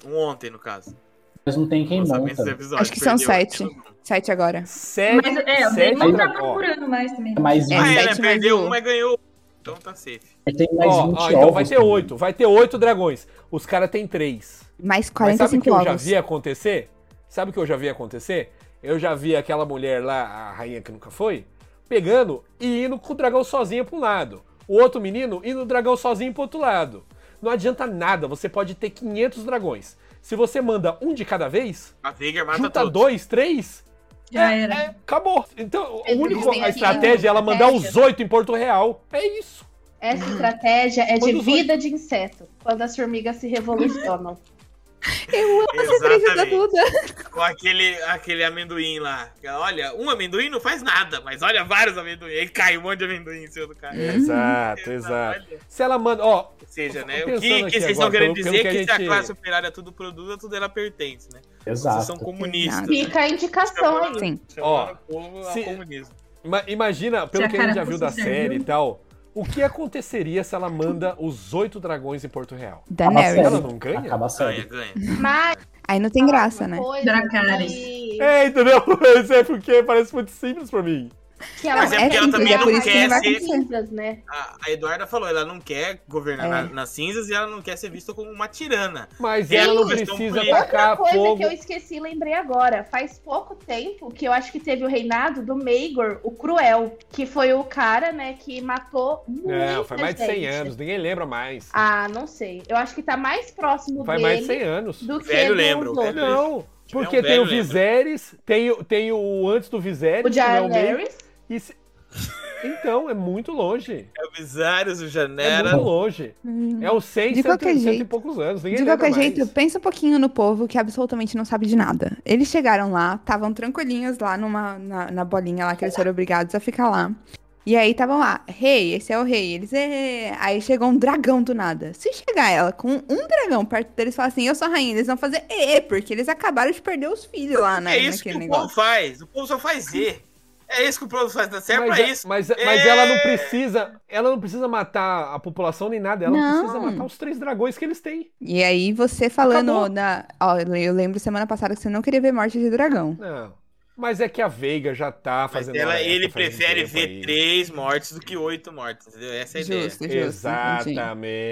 A: Um ontem, no caso.
E: Mas não tem quem
A: Lançamento
E: monta.
A: desse episódio,
B: Acho que são
A: perdeu.
B: sete. Sete
A: Ah,
B: agora.
F: Sete,
C: Mas é, o
F: sete
C: Dave não tá
F: dragões. Ó,
C: procurando mais também.
E: Mais
B: É,
A: Ah, é, né?
B: sete mais
A: Perdeu
B: um.
A: um, mas ganhou. Então tá safe.
E: Mas tem mais
F: ó,
E: 20
F: ó, então vai
E: ovos,
F: ter
E: mano.
F: oito. Vai ter oito dragões. Os caras têm três.
A: um.
B: Mais
F: Mas sabe o
B: 45
F: que eu já
B: ovos.
F: vi acontecer? Sabe o que eu já vi acontecer? Eu já vi aquela mulher lá, a rainha que nunca foi, pegando e indo com o dragão sozinha pra um lado. O outro menino indo o dragão sozinho pro outro lado. Não adianta nada, você pode ter 500 dragões. Se você manda um de cada vez,
A: A Veigar mata
F: junta
A: todos.
F: dois, três,
C: Já
F: é-
C: era.
F: é, acabou. Então, o
D: Eles
F: único,
D: dizem
F: a
D: que
F: estratégia é ela mandar os oito em Porto Real. É isso.
D: Essa estratégia é de
F: Quando foi?
D: vida de inseto, quando as formigas se revolucionam.
B: Cerveja da
A: Exatamente.
B: Duda.
A: Com aquele, aquele amendoim lá. Olha, um amendoim não faz nada, mas olha vários amendoim. Aí cai um monte de amendoim em cima do cara.
F: Exato,
A: Olha.
F: Se ela manda, ó,
A: Ou seja,
F: Eu
A: né?
F: tô
A: O que,
F: pensando
A: que
F: aqui
A: vocês estão
F: agora,
A: querendo
F: pelo- pelo
A: dizer é
F: que a
A: que se a
F: gente-
A: classe operária tudo produz, a tudo ela pertence, né? Vocês são
E: Exato.
A: comunistas. né?
D: Fica a indicação aí.
B: Sim.
A: Chamaram o povo ao
F: se-
A: comunismo.
F: Ima- Imagina, pelo
C: a
F: que a gente
C: cara
F: já viu
C: fosse né?
F: da
C: servil.
F: série e tal, o que aconteceria se ela manda os oito dragões em Porto Real?
E: Sério?
F: Ela
B: Daenerys.
F: não ganha?
E: Acaba
A: Ganha,
E: sério.
A: ganha.
D: Mas
B: Aí não tem graça, né?
D: coisa
C: Dracarys.
D: que-
F: É, entendeu? [LAUGHS] Isso é porque parece muito simples pra mim.
D: que ela-
A: Mas é porque ela
B: simples,
A: também
B: é
A: não
B: por isso que
A: quer
B: não vai
A: ser-
B: acontecer.
D: né?
A: A, a Eduarda falou, ela não quer governar
B: É.
A: na- nas cinzas e ela não quer ser vista como uma tirana.
F: Mas
A: Sim,
F: ela não
A: questão
F: precisa
A: política.
F: tacar
D: Outra coisa
F: fogo.
D: que eu esqueci e lembrei agora. Faz pouco tempo que eu acho que teve o reinado do Maegor, o Cruel, que foi o cara, né, que matou muita
F: Não, faz É, mais de 100
D: gente.
F: anos, ninguém lembra mais.
D: Ah, não sei. Eu acho que tá mais próximo
F: Faz mais de
D: dele
F: 100 anos. É,
D: do que
A: Velho
D: dos
A: lembra, o
D: outros.
A: velho-
F: Não, porque
A: um velho
F: tem o
A: lembra.
F: Viserys, tem, o- tem o antes do Viserys,
D: O
F: que não é o meio.
D: Daenerys,
F: e se- Então, é muito longe.
A: É o Viserys, o
F: É
A: Janera.
F: muito longe.
B: Hum.
F: É os 100,
B: De
F: 100,
B: qualquer
F: 100 e
B: jeito.
F: poucos anos. Ninguém
B: De
F: lembra
B: qualquer
F: mais.
B: jeito, pensa um pouquinho no povo que absolutamente não sabe de nada. Eles chegaram lá, estavam tranquilinhos lá numa, na, na bolinha lá que eles foram obrigados a ficar lá. E aí estavam lá, rei, esse é o rei. Eles, "É". aí chegou um dragão do nada. Se chegar ela com um dragão perto deles e falar assim, eu sou a rainha, eles vão fazer é, porque eles acabaram de perder os filhos lá, né?
A: É isso que
B: naquele
A: o povo
B: negócio.
A: faz. O povo só faz Z. É isso que o plano faz, né? serve
F: mas, tá
A: pra
F: a-
A: isso.
F: Mas,
A: É.
F: mas ela não precisa. Ela não precisa matar a população nem nada. Ela
B: Não.
F: precisa matar os três dragões que eles têm.
B: E aí você falando
F: Acabou.
B: na. Ó, eu lembro semana passada que você não queria ver morte de dragão.
F: Não. Mas é que a Veiga já tá
A: Mas
F: fazendo.
A: ela,
F: hora extra,
A: ele
F: fazendo
A: prefere
F: tempo
A: ver
F: aí.
A: três mortes do que oito mortes, entendeu? Essa é a ideia.
B: Justo, justo. Entendi.
F: Exatamente.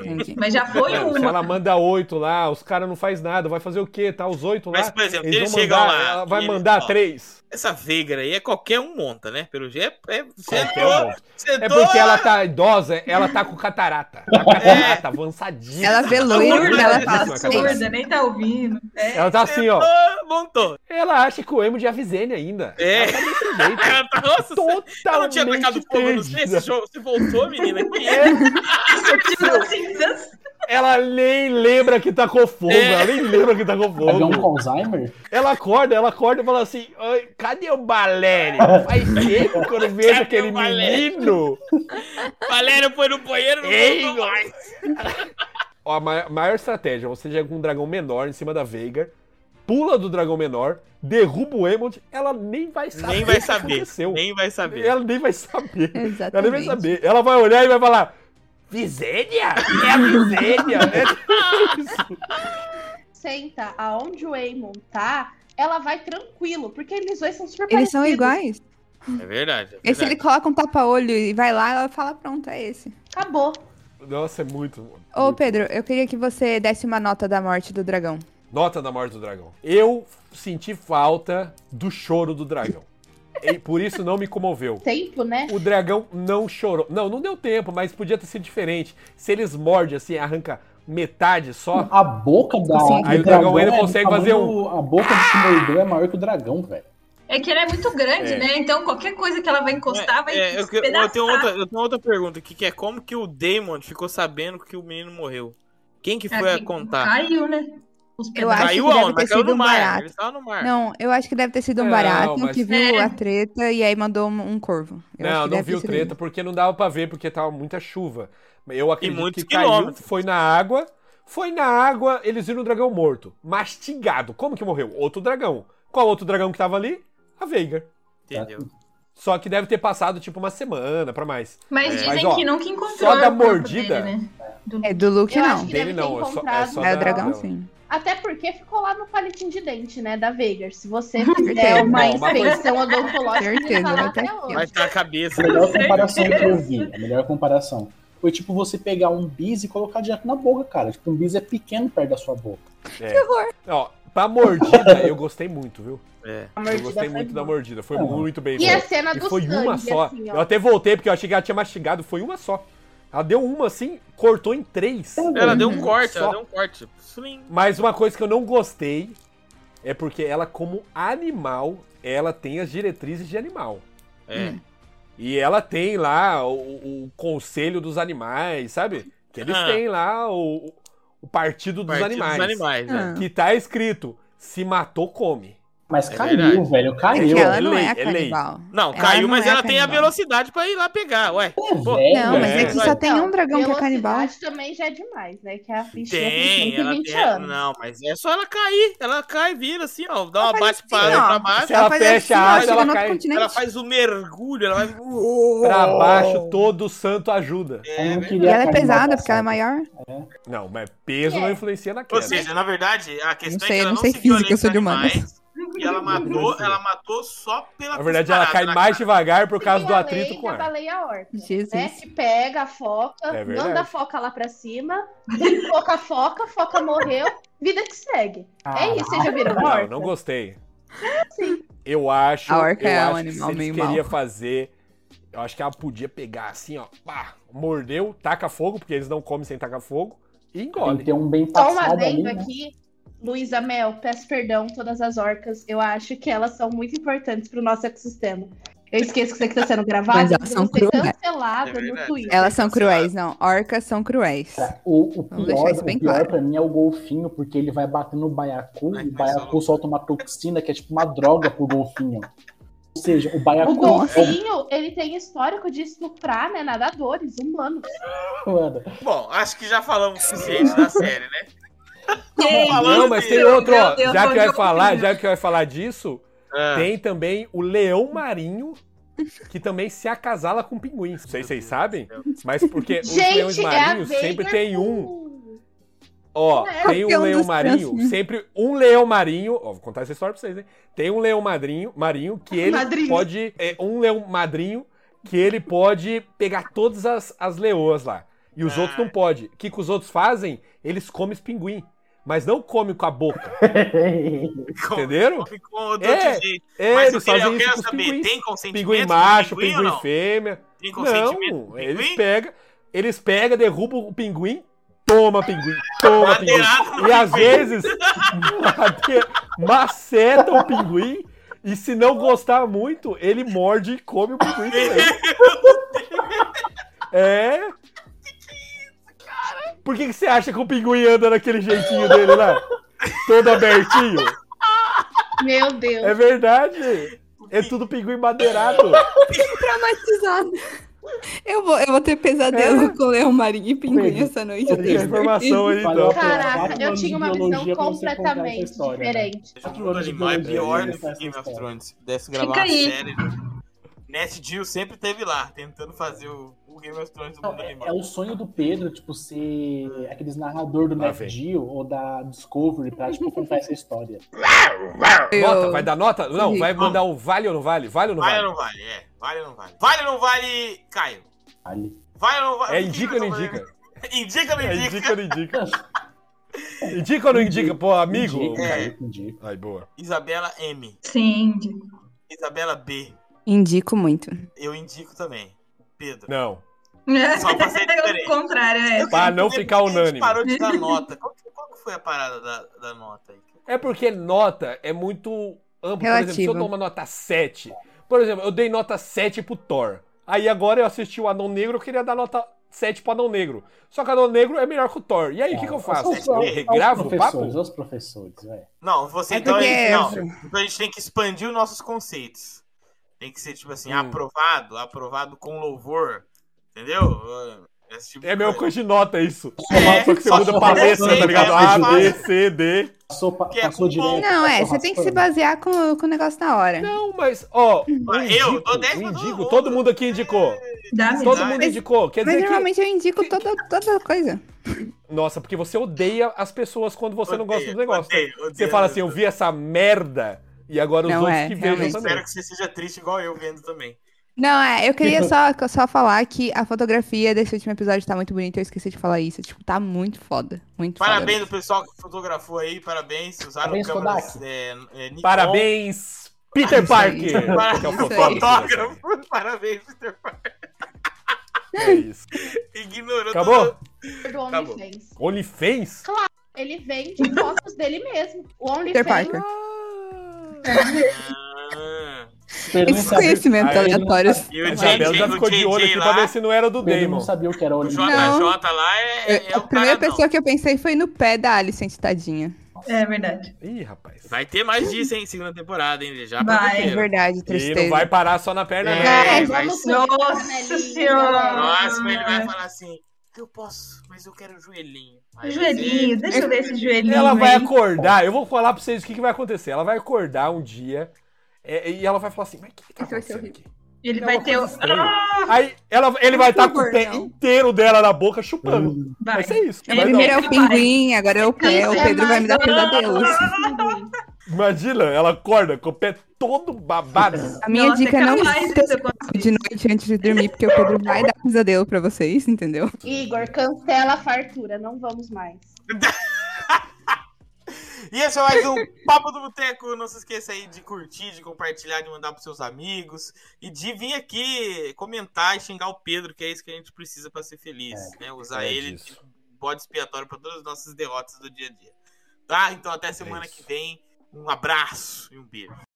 B: Entendi.
C: Mas já foi
F: Mano, se
C: uma.
F: ela manda oito lá, os caras não faz nada. Vai fazer o quê? Tá os oito
A: Mas,
F: lá.
A: por exemplo,
F: Eles
A: eles
F: vão
A: chegam
F: mandar,
A: lá.
F: ela
A: e
F: vai
A: eles-
F: mandar
A: ó,
F: três.
A: Essa Veigra aí é qualquer um monta, né? Pelo jeito é. é
F: Qualquer
A: sentou,
F: um.
A: sentou,
F: É porque ela tá idosa, ela tá
A: [LAUGHS]
F: com catarata. Tá com catarata
A: É.
F: avançadinha.
B: Ela vê loiro,
C: Surda,
B: ela
C: ela
B: fala.
C: tá
F: Isso,
B: "Sim."
F: acabou.
C: surda, nem tá ouvindo.
F: Ela
A: é
F: tá assim, ó.
A: sentou, montou.
F: Ela acha que o emo de Avizene ainda.
A: É. [LAUGHS]
F: Ela tá desse jeito.
A: Ela tá, nossa,
F: Totalmente
A: eu não tinha atacado fogo no sei,
F: perdida.
A: esse jogo. Você voltou, menina? Que
F: [LAUGHS]
A: é?
F: É,
C: Surgiu das cinzas.
F: ela nem lembra que tacou fogo.
A: É.
F: Ela nem lembra que tacou
E: Vai ver um
F: fogo.
E: Alzheimer?
F: Ela acorda, ela acorda e fala assim: "Ai, cadê o Valério? Faz tempo que eu não vejo
A: Cadê
F: aquele
A: o Valério?"
F: menino.
A: Valéria foi no banheiro, não
F: Ei,
A: voltou mais.
F: Ó, a ma- maior estratégia, você joga um dragão menor em cima da Veigar, pula do dragão menor, derruba o Emond, ela nem vai saber
A: Nem vai
F: o que
A: saber.
F: aconteceu.
A: Nem vai saber.
F: Ela nem vai saber.
B: Exatamente.
F: Ela nem vai saber. Ela vai olhar e vai falar: Visênia? É a Visênia!
A: [LAUGHS]
F: É isso.
D: Senta aonde o Eamon tá, ela vai tranquilo, porque eles dois são super
B: Eles são
D: parecidos.
B: iguais.
A: É verdade. É
B: E se
A: verdade.
B: ele coloca um tapa-olho e vai lá, ela fala, pronto, é esse.
D: Acabou.
F: Nossa, é muito.
B: Ô,
F: muito.
B: Pedro, eu queria que você desse uma nota da morte do dragão.
F: Nota da morte do dragão. Eu senti falta do choro do dragão. E por isso não me comoveu.
D: Tempo, né?
F: O dragão não chorou. Não, não deu tempo, mas podia ter sido diferente. Se eles mordem assim, arranca metade só.
E: A boca da.
B: Sim.
E: do
F: Aí o dragão ainda
E: é do
F: consegue fazer um
E: tamanho- A boca do Shimordeu é maior que o dragão, velho.
C: É que ela é muito grande,
F: É.
C: né? Então qualquer coisa que ela vai encostar vai
A: É, eu, que- eu
C: despedaçar.
A: tenho outra, eu tenho outra pergunta aqui, que é como que o Damon ficou sabendo que o menino morreu? Quem que
B: É,
A: foi
C: Aqui,
A: a contar?
C: Caiu, né? Os
B: Eu
C: pedaços.
B: acho
A: Caiu
B: que deve
A: aonde?
B: ter
A: Mas caiu
B: sido
A: no
B: um
A: mar.
B: barato.
A: Ele estava no mar.
B: Não, eu acho que deve ter sido um
F: Não,
B: barato
F: mas-
B: que viu
C: É.
B: a treta e aí mandou um, um corvo. Eu acho
F: não,
B: que
F: não
B: deve ter
F: viu
B: sido
F: treta porque não dava pra ver porque tava muita chuva. Eu acredito
A: muitos
F: que caiu,
A: quilômetros.
F: foi na água. Foi na água, eles viram o dragão morto, mastigado. Como que morreu? Outro dragão. Qual outro dragão que tava ali? A Veigar.
A: Entendeu?
F: Só que deve ter passado tipo uma semana pra mais.
C: Mas
A: É.
C: dizem
F: Mas, ó,
C: que nunca encontrou.
F: só da
C: o corpo
F: mordida.
C: dele, né?
B: isso. É do Luke,
D: Eu
B: não.
D: acho que
F: Dele
D: deve ter
F: não, é só- é
D: encontrado.
F: só
B: É o
F: da-
B: dragão,
F: não.
B: sim.
D: Até porque ficou lá no palitinho de dente, né, da Veigar.
B: [LAUGHS]
D: Se você fizer
B: Certeza.
D: uma
F: Não, mas-
D: inspeção odontológica, ele
B: Certeza,
D: tá lá
B: vai ter
D: até
B: aqui, ó.
D: hoje.
A: Vai estar a cabeça.
E: A
A: [LAUGHS]
E: melhor comparação que eu vi, a melhor comparação, foi tipo você pegar um bis e colocar direto na boca, cara. Tipo, um bis é pequeno perto da sua boca.
F: É. Ó, pra mordida eu gostei muito, viu?
A: É.
D: A
F: Eu
D: mordida
F: gostei
D: foi
F: muito da
D: boa. Tá
F: mordida, foi
E: Não.
F: muito bem
D: E
F: feita.
D: a cena
F: E
D: do
F: foi
D: sangue,
F: uma só.
D: assim,
F: eu
D: ó.
F: até voltei porque eu achei que ela tinha mastigado, foi uma só. Ela deu uma assim, cortou em três.
A: Ela deu um corte,
F: Só.
A: ela deu um corte. Slim.
F: Mas uma coisa que eu não gostei é porque ela, como animal, ela tem as diretrizes de animal.
A: É.
F: Hum. E ela tem lá o, o conselho dos animais, sabe? Que eles
A: Ah.
F: têm lá o, o partido dos
A: Partido
F: animais.
A: Dos animais né?
B: Ah.
F: Que tá escrito, se matou, come.
E: Mas
A: É
E: caiu,
A: verdade.
E: velho,
B: É que
E: caiu.
B: ela
F: é
B: não
F: lei,
B: é
F: é lei.
B: canibal.
A: Não,
B: Ela
A: caiu,
B: não
A: mas
B: é
A: ela tem a
B: canibal.
A: velocidade pra ir lá pegar, ué.
E: Pô,
A: Pô,
E: velho.
B: Não, mas é que
A: É.
B: só tem um dragão que é
D: Velocidade
B: canibal.
D: também já é demais, né? Que a bichinha
A: Tem,
D: tem
A: ela
D: 120
A: tem.
D: anos.
A: Não, mas é só ela cair. Ela cai, vira assim, ó. Dá uma
B: Ela faz
A: bate pra,
B: assim, ó.
A: pra baixo.
F: Se ela
B: faz
F: fecha a
B: ó,
F: asa,
B: chega
F: ela é
B: no outro
F: cai.
B: continente.
A: Ela faz o mergulho, ela vai.
F: Pra
B: Oh.
F: baixo, todo santo ajuda.
A: É,
E: Eu não
A: velho.
E: queria
B: E ela é
E: cair na
B: pesada,
E: passada.
B: porque ela é maior.
F: Não, mas peso não
D: É.
F: influencia na
A: Ou
F: queda.
A: seja, na verdade, a questão
B: sei,
A: é que
B: eu
A: ela
B: não
A: não,
B: sei
A: se
B: física,
A: violenta
B: eu sou de humanos.
A: animais, E
C: [LAUGHS]
A: ela matou, ela matou só pela
F: na verdade, ela cai
A: cusparada tá na
F: mais devagar por
D: E
F: causa
D: tem
F: do
D: a
F: atrito
D: lei
F: com
D: da
F: ar.
D: baleia orca,
B: Jesus.
D: né? Que pega a foca,
F: É verdade.
D: manda a foca lá pra cima, [LAUGHS] foca a foca, a foca morreu, vida que segue. É isso, vocês já viram
F: Ah, Não,
D: orca?
F: não gostei.
D: assim. Sim.
F: Eu acho,
B: A orca
F: eu
B: é um
F: acho
B: animal
F: que se eles
B: meio
F: queria
B: mau.
F: fazer, eu acho que ela podia pegar assim, ó, pá, mordeu, taca fogo, porque eles não comem sem tacar fogo, e
E: Tem que
F: engole.
E: ter um bem
D: Só um
E: passado ali,
D: adendo
E: né?
D: aqui, Luísa Mel, peço perdão todas as orcas, eu acho que elas são muito importantes pro nosso ecossistema. Eu esqueço que isso aqui tá sendo gravado,
B: Mas elas
D: porque
B: são
D: eu vou ser
B: cruéis.
D: cancelada
A: É
D: no
A: verdade.
D: Twitter.
B: Elas são cruéis, não. Orcas são cruéis.
E: O, o
B: Vamos
E: pior,
B: deixar isso
E: o
B: bem
E: pior
B: claro.
E: pra mim é o golfinho, porque ele vai batendo no baiacu
A: Ai,
E: e
A: mas
E: o baiacu
A: eu-
E: solta uma toxina que é tipo uma droga pro golfinho. Ou seja, o baiacu
D: O golfinho, ele tem histórico de estuprar, né, nadadores, humanos.
E: mano,
A: Bom, acho que já falamos o suficiente da série, né?
C: Ei,
A: Vamos falar
F: Não,
A: Falando
F: mas
A: de-
F: tem outro,
C: Meu
F: ó,
C: Deus,
F: já
C: onde
F: que vai
C: eu
F: falar,
C: fui?
F: já que vai falar disso,
A: Ah,
F: Tem também o leão marinho, que também se acasala com pinguins. Não sei se vocês sabem, mas porque os leões
D: Gente, é a
F: marinhos
D: Veiga
F: sempre tem um.
D: com-
F: Ó,
D: É,
F: tem
B: qualquer
F: um
B: um
F: leão
B: dos
F: marinho,
B: três, né?
F: sempre um leão marinho, ó, vou contar essa história pra vocês, hein? Tem um leão madrinho, marinho que ele
D: Madrinho.
F: pode, é, um leão madrinho que ele pode pegar todas as, as leoas lá. E os
A: Ah.
F: outros não pode. O que, que os outros fazem? Eles comem os pinguim, mas não comem com a boca,
A: com-
F: entenderam?
A: Ficou do
F: É,
A: outro jeito.
F: É,
A: Mas
F: eles
A: eu, queria-
F: fazem
A: eu
F: isso com
A: quero
F: os
A: saber,
F: pinguins.
A: tem consentimento?
F: Pinguim
A: do
F: macho,
A: pinguim ou
F: pinguim
A: não?
F: fêmea.
A: Tem consentimento? do
F: Não,
A: pinguim?
F: eles pegam, eles pegam, derrubam o pinguim, toma pinguim, toma pinguim.
A: Madeirada no
F: E às
A: pinguim.
F: vezes [LAUGHS] mate- maceta o pinguim. E se não gostar muito, ele morde e come o pinguim
A: [LAUGHS]
F: também. É. Por que, que você acha que o pinguim anda naquele jeitinho dele lá? Todo abertinho?
D: Meu Deus.
F: É verdade. É tudo pinguim madeirado.
B: Traumatizado. Eu vou, eu vou ter pesadelo com leão marinho e pinguim
E: Pedro,
B: essa noite.
E: eu
B: eu
E: tenho
B: tenho
F: informação aí,
E: Valeu a
F: então.
E: pena.
D: Caraca,
E: Quatro
D: eu
E: anos
D: tinha
E: de
D: uma visão
E: biologia pra você contar essa
D: completamente
E: história, né?
D: diferente.
A: Deixa eu falar do animal, é pior do que Game of Thrones. Se pudesse gravar
C: Fica
A: uma
C: aí.
A: série. Net Jill sempre teve lá, tentendo fazer o, o Game of Thrones do
E: Não,
A: mundo
E: é,
A: animal.
E: é o sonho do Pedro, tipo, ser aqueles narrador do
F: Lá
E: Nat
F: vem.
E: Geo ou da Discovery pra, tipo, contar essa história.
F: Nota, vai dar nota? Não, vai
A: Não.
F: mandar o vale ou não vale? Vale ou não
A: Vale
F: vale?
A: ou não vale? É, vale ou não vale? Vale ou não vale, Caio?
E: Vale.
A: Vale ou não vale?
F: É
A: O que que
F: indica ou não
A: eu tô
F: indica?
A: falando? [LAUGHS] indica ou não
F: É
A: indica?
F: indica ou não indica? [LAUGHS] Indica ou não indica, pô, amigo?
E: Indico,
A: É.
E: indico, indico.
F: Ai, boa.
A: Isabela M.
C: Sim.
A: Isabela B.
B: Indico muito.
A: Eu indico também. Pedro.
F: Não.
A: Só pra ser
C: [LAUGHS] É
A: diferente.
C: o contrário, é.
F: Pra não
A: Por que
F: ficar
A: a gente
F: unânime.
A: parou de dar nota. Qual, que- qual que foi a parada da, da nota aí?
F: É porque nota é muito amplo. Por exemplo, se eu
B: Relativo.
F: dou uma nota 7. Por exemplo, eu dei nota 7 pro Thor. Aí agora eu assisti o Anão Negro, eu queria dar nota 7 pro Anão Negro. Só que o Anão Negro é melhor que o Thor. E aí, o que, que eu faço?
E: Aos- aos-
F: Eu regravo
E: aos
F: o papo?
E: professores, Os professores, ué.
A: Não, você
B: É
A: então, a
B: porque
A: gente,
B: é-
A: não, então a gente tem que expandir os nossos conceitos. Tem que ser tipo assim,
F: Hum.
A: aprovado, aprovado com louvor. Entendeu? Esse tipo
F: É
A: de
F: meu coisa de nota isso.
A: É,
F: só que você
A: só
F: muda
A: só
F: pra
A: pra
F: letra,
A: letra,
F: tá ligado?
A: é
F: A,
A: mais
F: B,
A: fácil.
F: C, D.
E: Passou, pa-
A: Que é
E: passou
A: com bom.
E: direto.
B: Não, é,
E: passou
B: você tem que se
E: raspando.
B: basear com, com o negócio na hora.
F: Não, mas, ó.
A: Eu
F: indico,
A: dou 10 pra todo
F: indico,
A: mundo. É
F: todo mundo aqui indicou.
C: Dá
F: Todo mundo
A: Mas-
F: indicou. Quer
B: Mas
F: dizer que
B: normalmente eu indico toda, toda coisa.
F: Nossa, porque você odeia as pessoas quando você não gosta do
A: Odeio,
F: negócio. né?
A: odeio, odeio,
F: você fala
A: odeio.
F: assim, eu vi essa merda e agora os
B: Não,
F: outros
B: é,
F: que vejam
B: realmente.
F: também.
A: Espero que você seja triste igual eu vendo também.
B: Não, é, eu
F: Tipo-
B: queria só, só falar que a fotografia desse último episódio tá muito bonita, eu esqueci de falar isso. Tipo, tá muito foda. Muito
A: Parabéns
B: foda.
A: ao pessoal que fotografou aí, parabéns. Usaram
E: Parabéns,
A: câmeras
E: Kodak.
A: é, é, Nikon.
F: Parabéns, Peter
B: Isso aí.
F: Parker! que
A: [LAUGHS]
F: é o
A: Parabéns,
B: Isso aí.
F: fotógrafo.
A: fotógrafo. Parabéns, Mr. Parker.
F: É isso.
A: Ignorou
F: Acabou?
A: toda-
D: Do
F: Tá
A: Acabou.
D: OnlyFans.
F: OnlyFans?
D: Ele vende fotos dele mesmo. O
B: Peter
D: OnlyFans
B: Parker.
A: Ah.
E: Pedro não
B: Esses
E: sabia-
B: conhecimentos
E: Aí ele não
B: aleatórios.
A: E
F: A
A: o
F: Isabela
A: JJ,
F: já ficou
A: o
F: de olho
A: JJ
F: aqui pra ver
A: lá,
F: se não era do
E: Pedro não
F: Damon.
E: sabia o que era
A: o
E: olho.
A: JJ lá é, é,
B: Eu- a
A: o
B: primeira
A: paradão.
B: pessoa que eu pensei foi no pé da Alicent, tadinha.
C: É verdade.
F: Ih, rapaz.
A: Vai ter mais disso, hein? Segunda temporada, hein? Já pra
C: Vai.
B: É
A: roteiro.
B: verdade,
F: E
B: tristeza.
F: não vai parar só na perna,
A: É,
F: né?
A: vai
D: vamos
A: ser-
D: com né?
C: Nossa senhora.
A: Próximo ele vai falar assim: Eu posso, mas eu quero um joelhinho. Aí
C: Joelhinho, deixa eu ver esse joelhinho.
F: Ela vai
C: hein?
F: acordar, eu vou falar pra vocês o que, que vai acontecer. Ela vai acordar um dia é, e ela vai falar assim, mas o que, que tá
B: Isso vai ser
F: acontecendo
B: horrível.
F: aqui?
C: Ele
F: É
C: vai
F: uma
C: ter o. Ah,
F: coisa estranha. Aí ela, ele vai estar com o pé
B: Não.
F: inteiro dela na boca chupando.
C: Vai.
F: Vai ser isso.
C: Ele
F: Vai dar- um-
B: Primeiro é o
C: Vai.
B: pinguim, agora é o pé. O Pedro vai me dar pesadelos.
F: Imagina, ela acorda com o pé todo babado.
B: A minha
C: Nossa,
B: dica
C: é
B: é não
C: capaz
B: escuta
C: disso acontecer.
B: de noite antes de dormir, porque o Pedro vai dar pesadelo pra vocês, entendeu?
D: Igor, cancela a fartura, não vamos mais.
A: E esse é mais um Papo do Boteco. Não se esqueça aí de curtir, de compartilhar, de mandar pros seus amigos. E de vir aqui comentar e xingar o Pedro, que é isso que a gente precisa pra ser feliz. né? Usar
F: é
A: ele
F: disso.
A: de bode expiatório pra todas as nossas derrotas do dia a dia. Tá? Então até semana
F: É isso.
A: que vem. Um abraço e um beijo.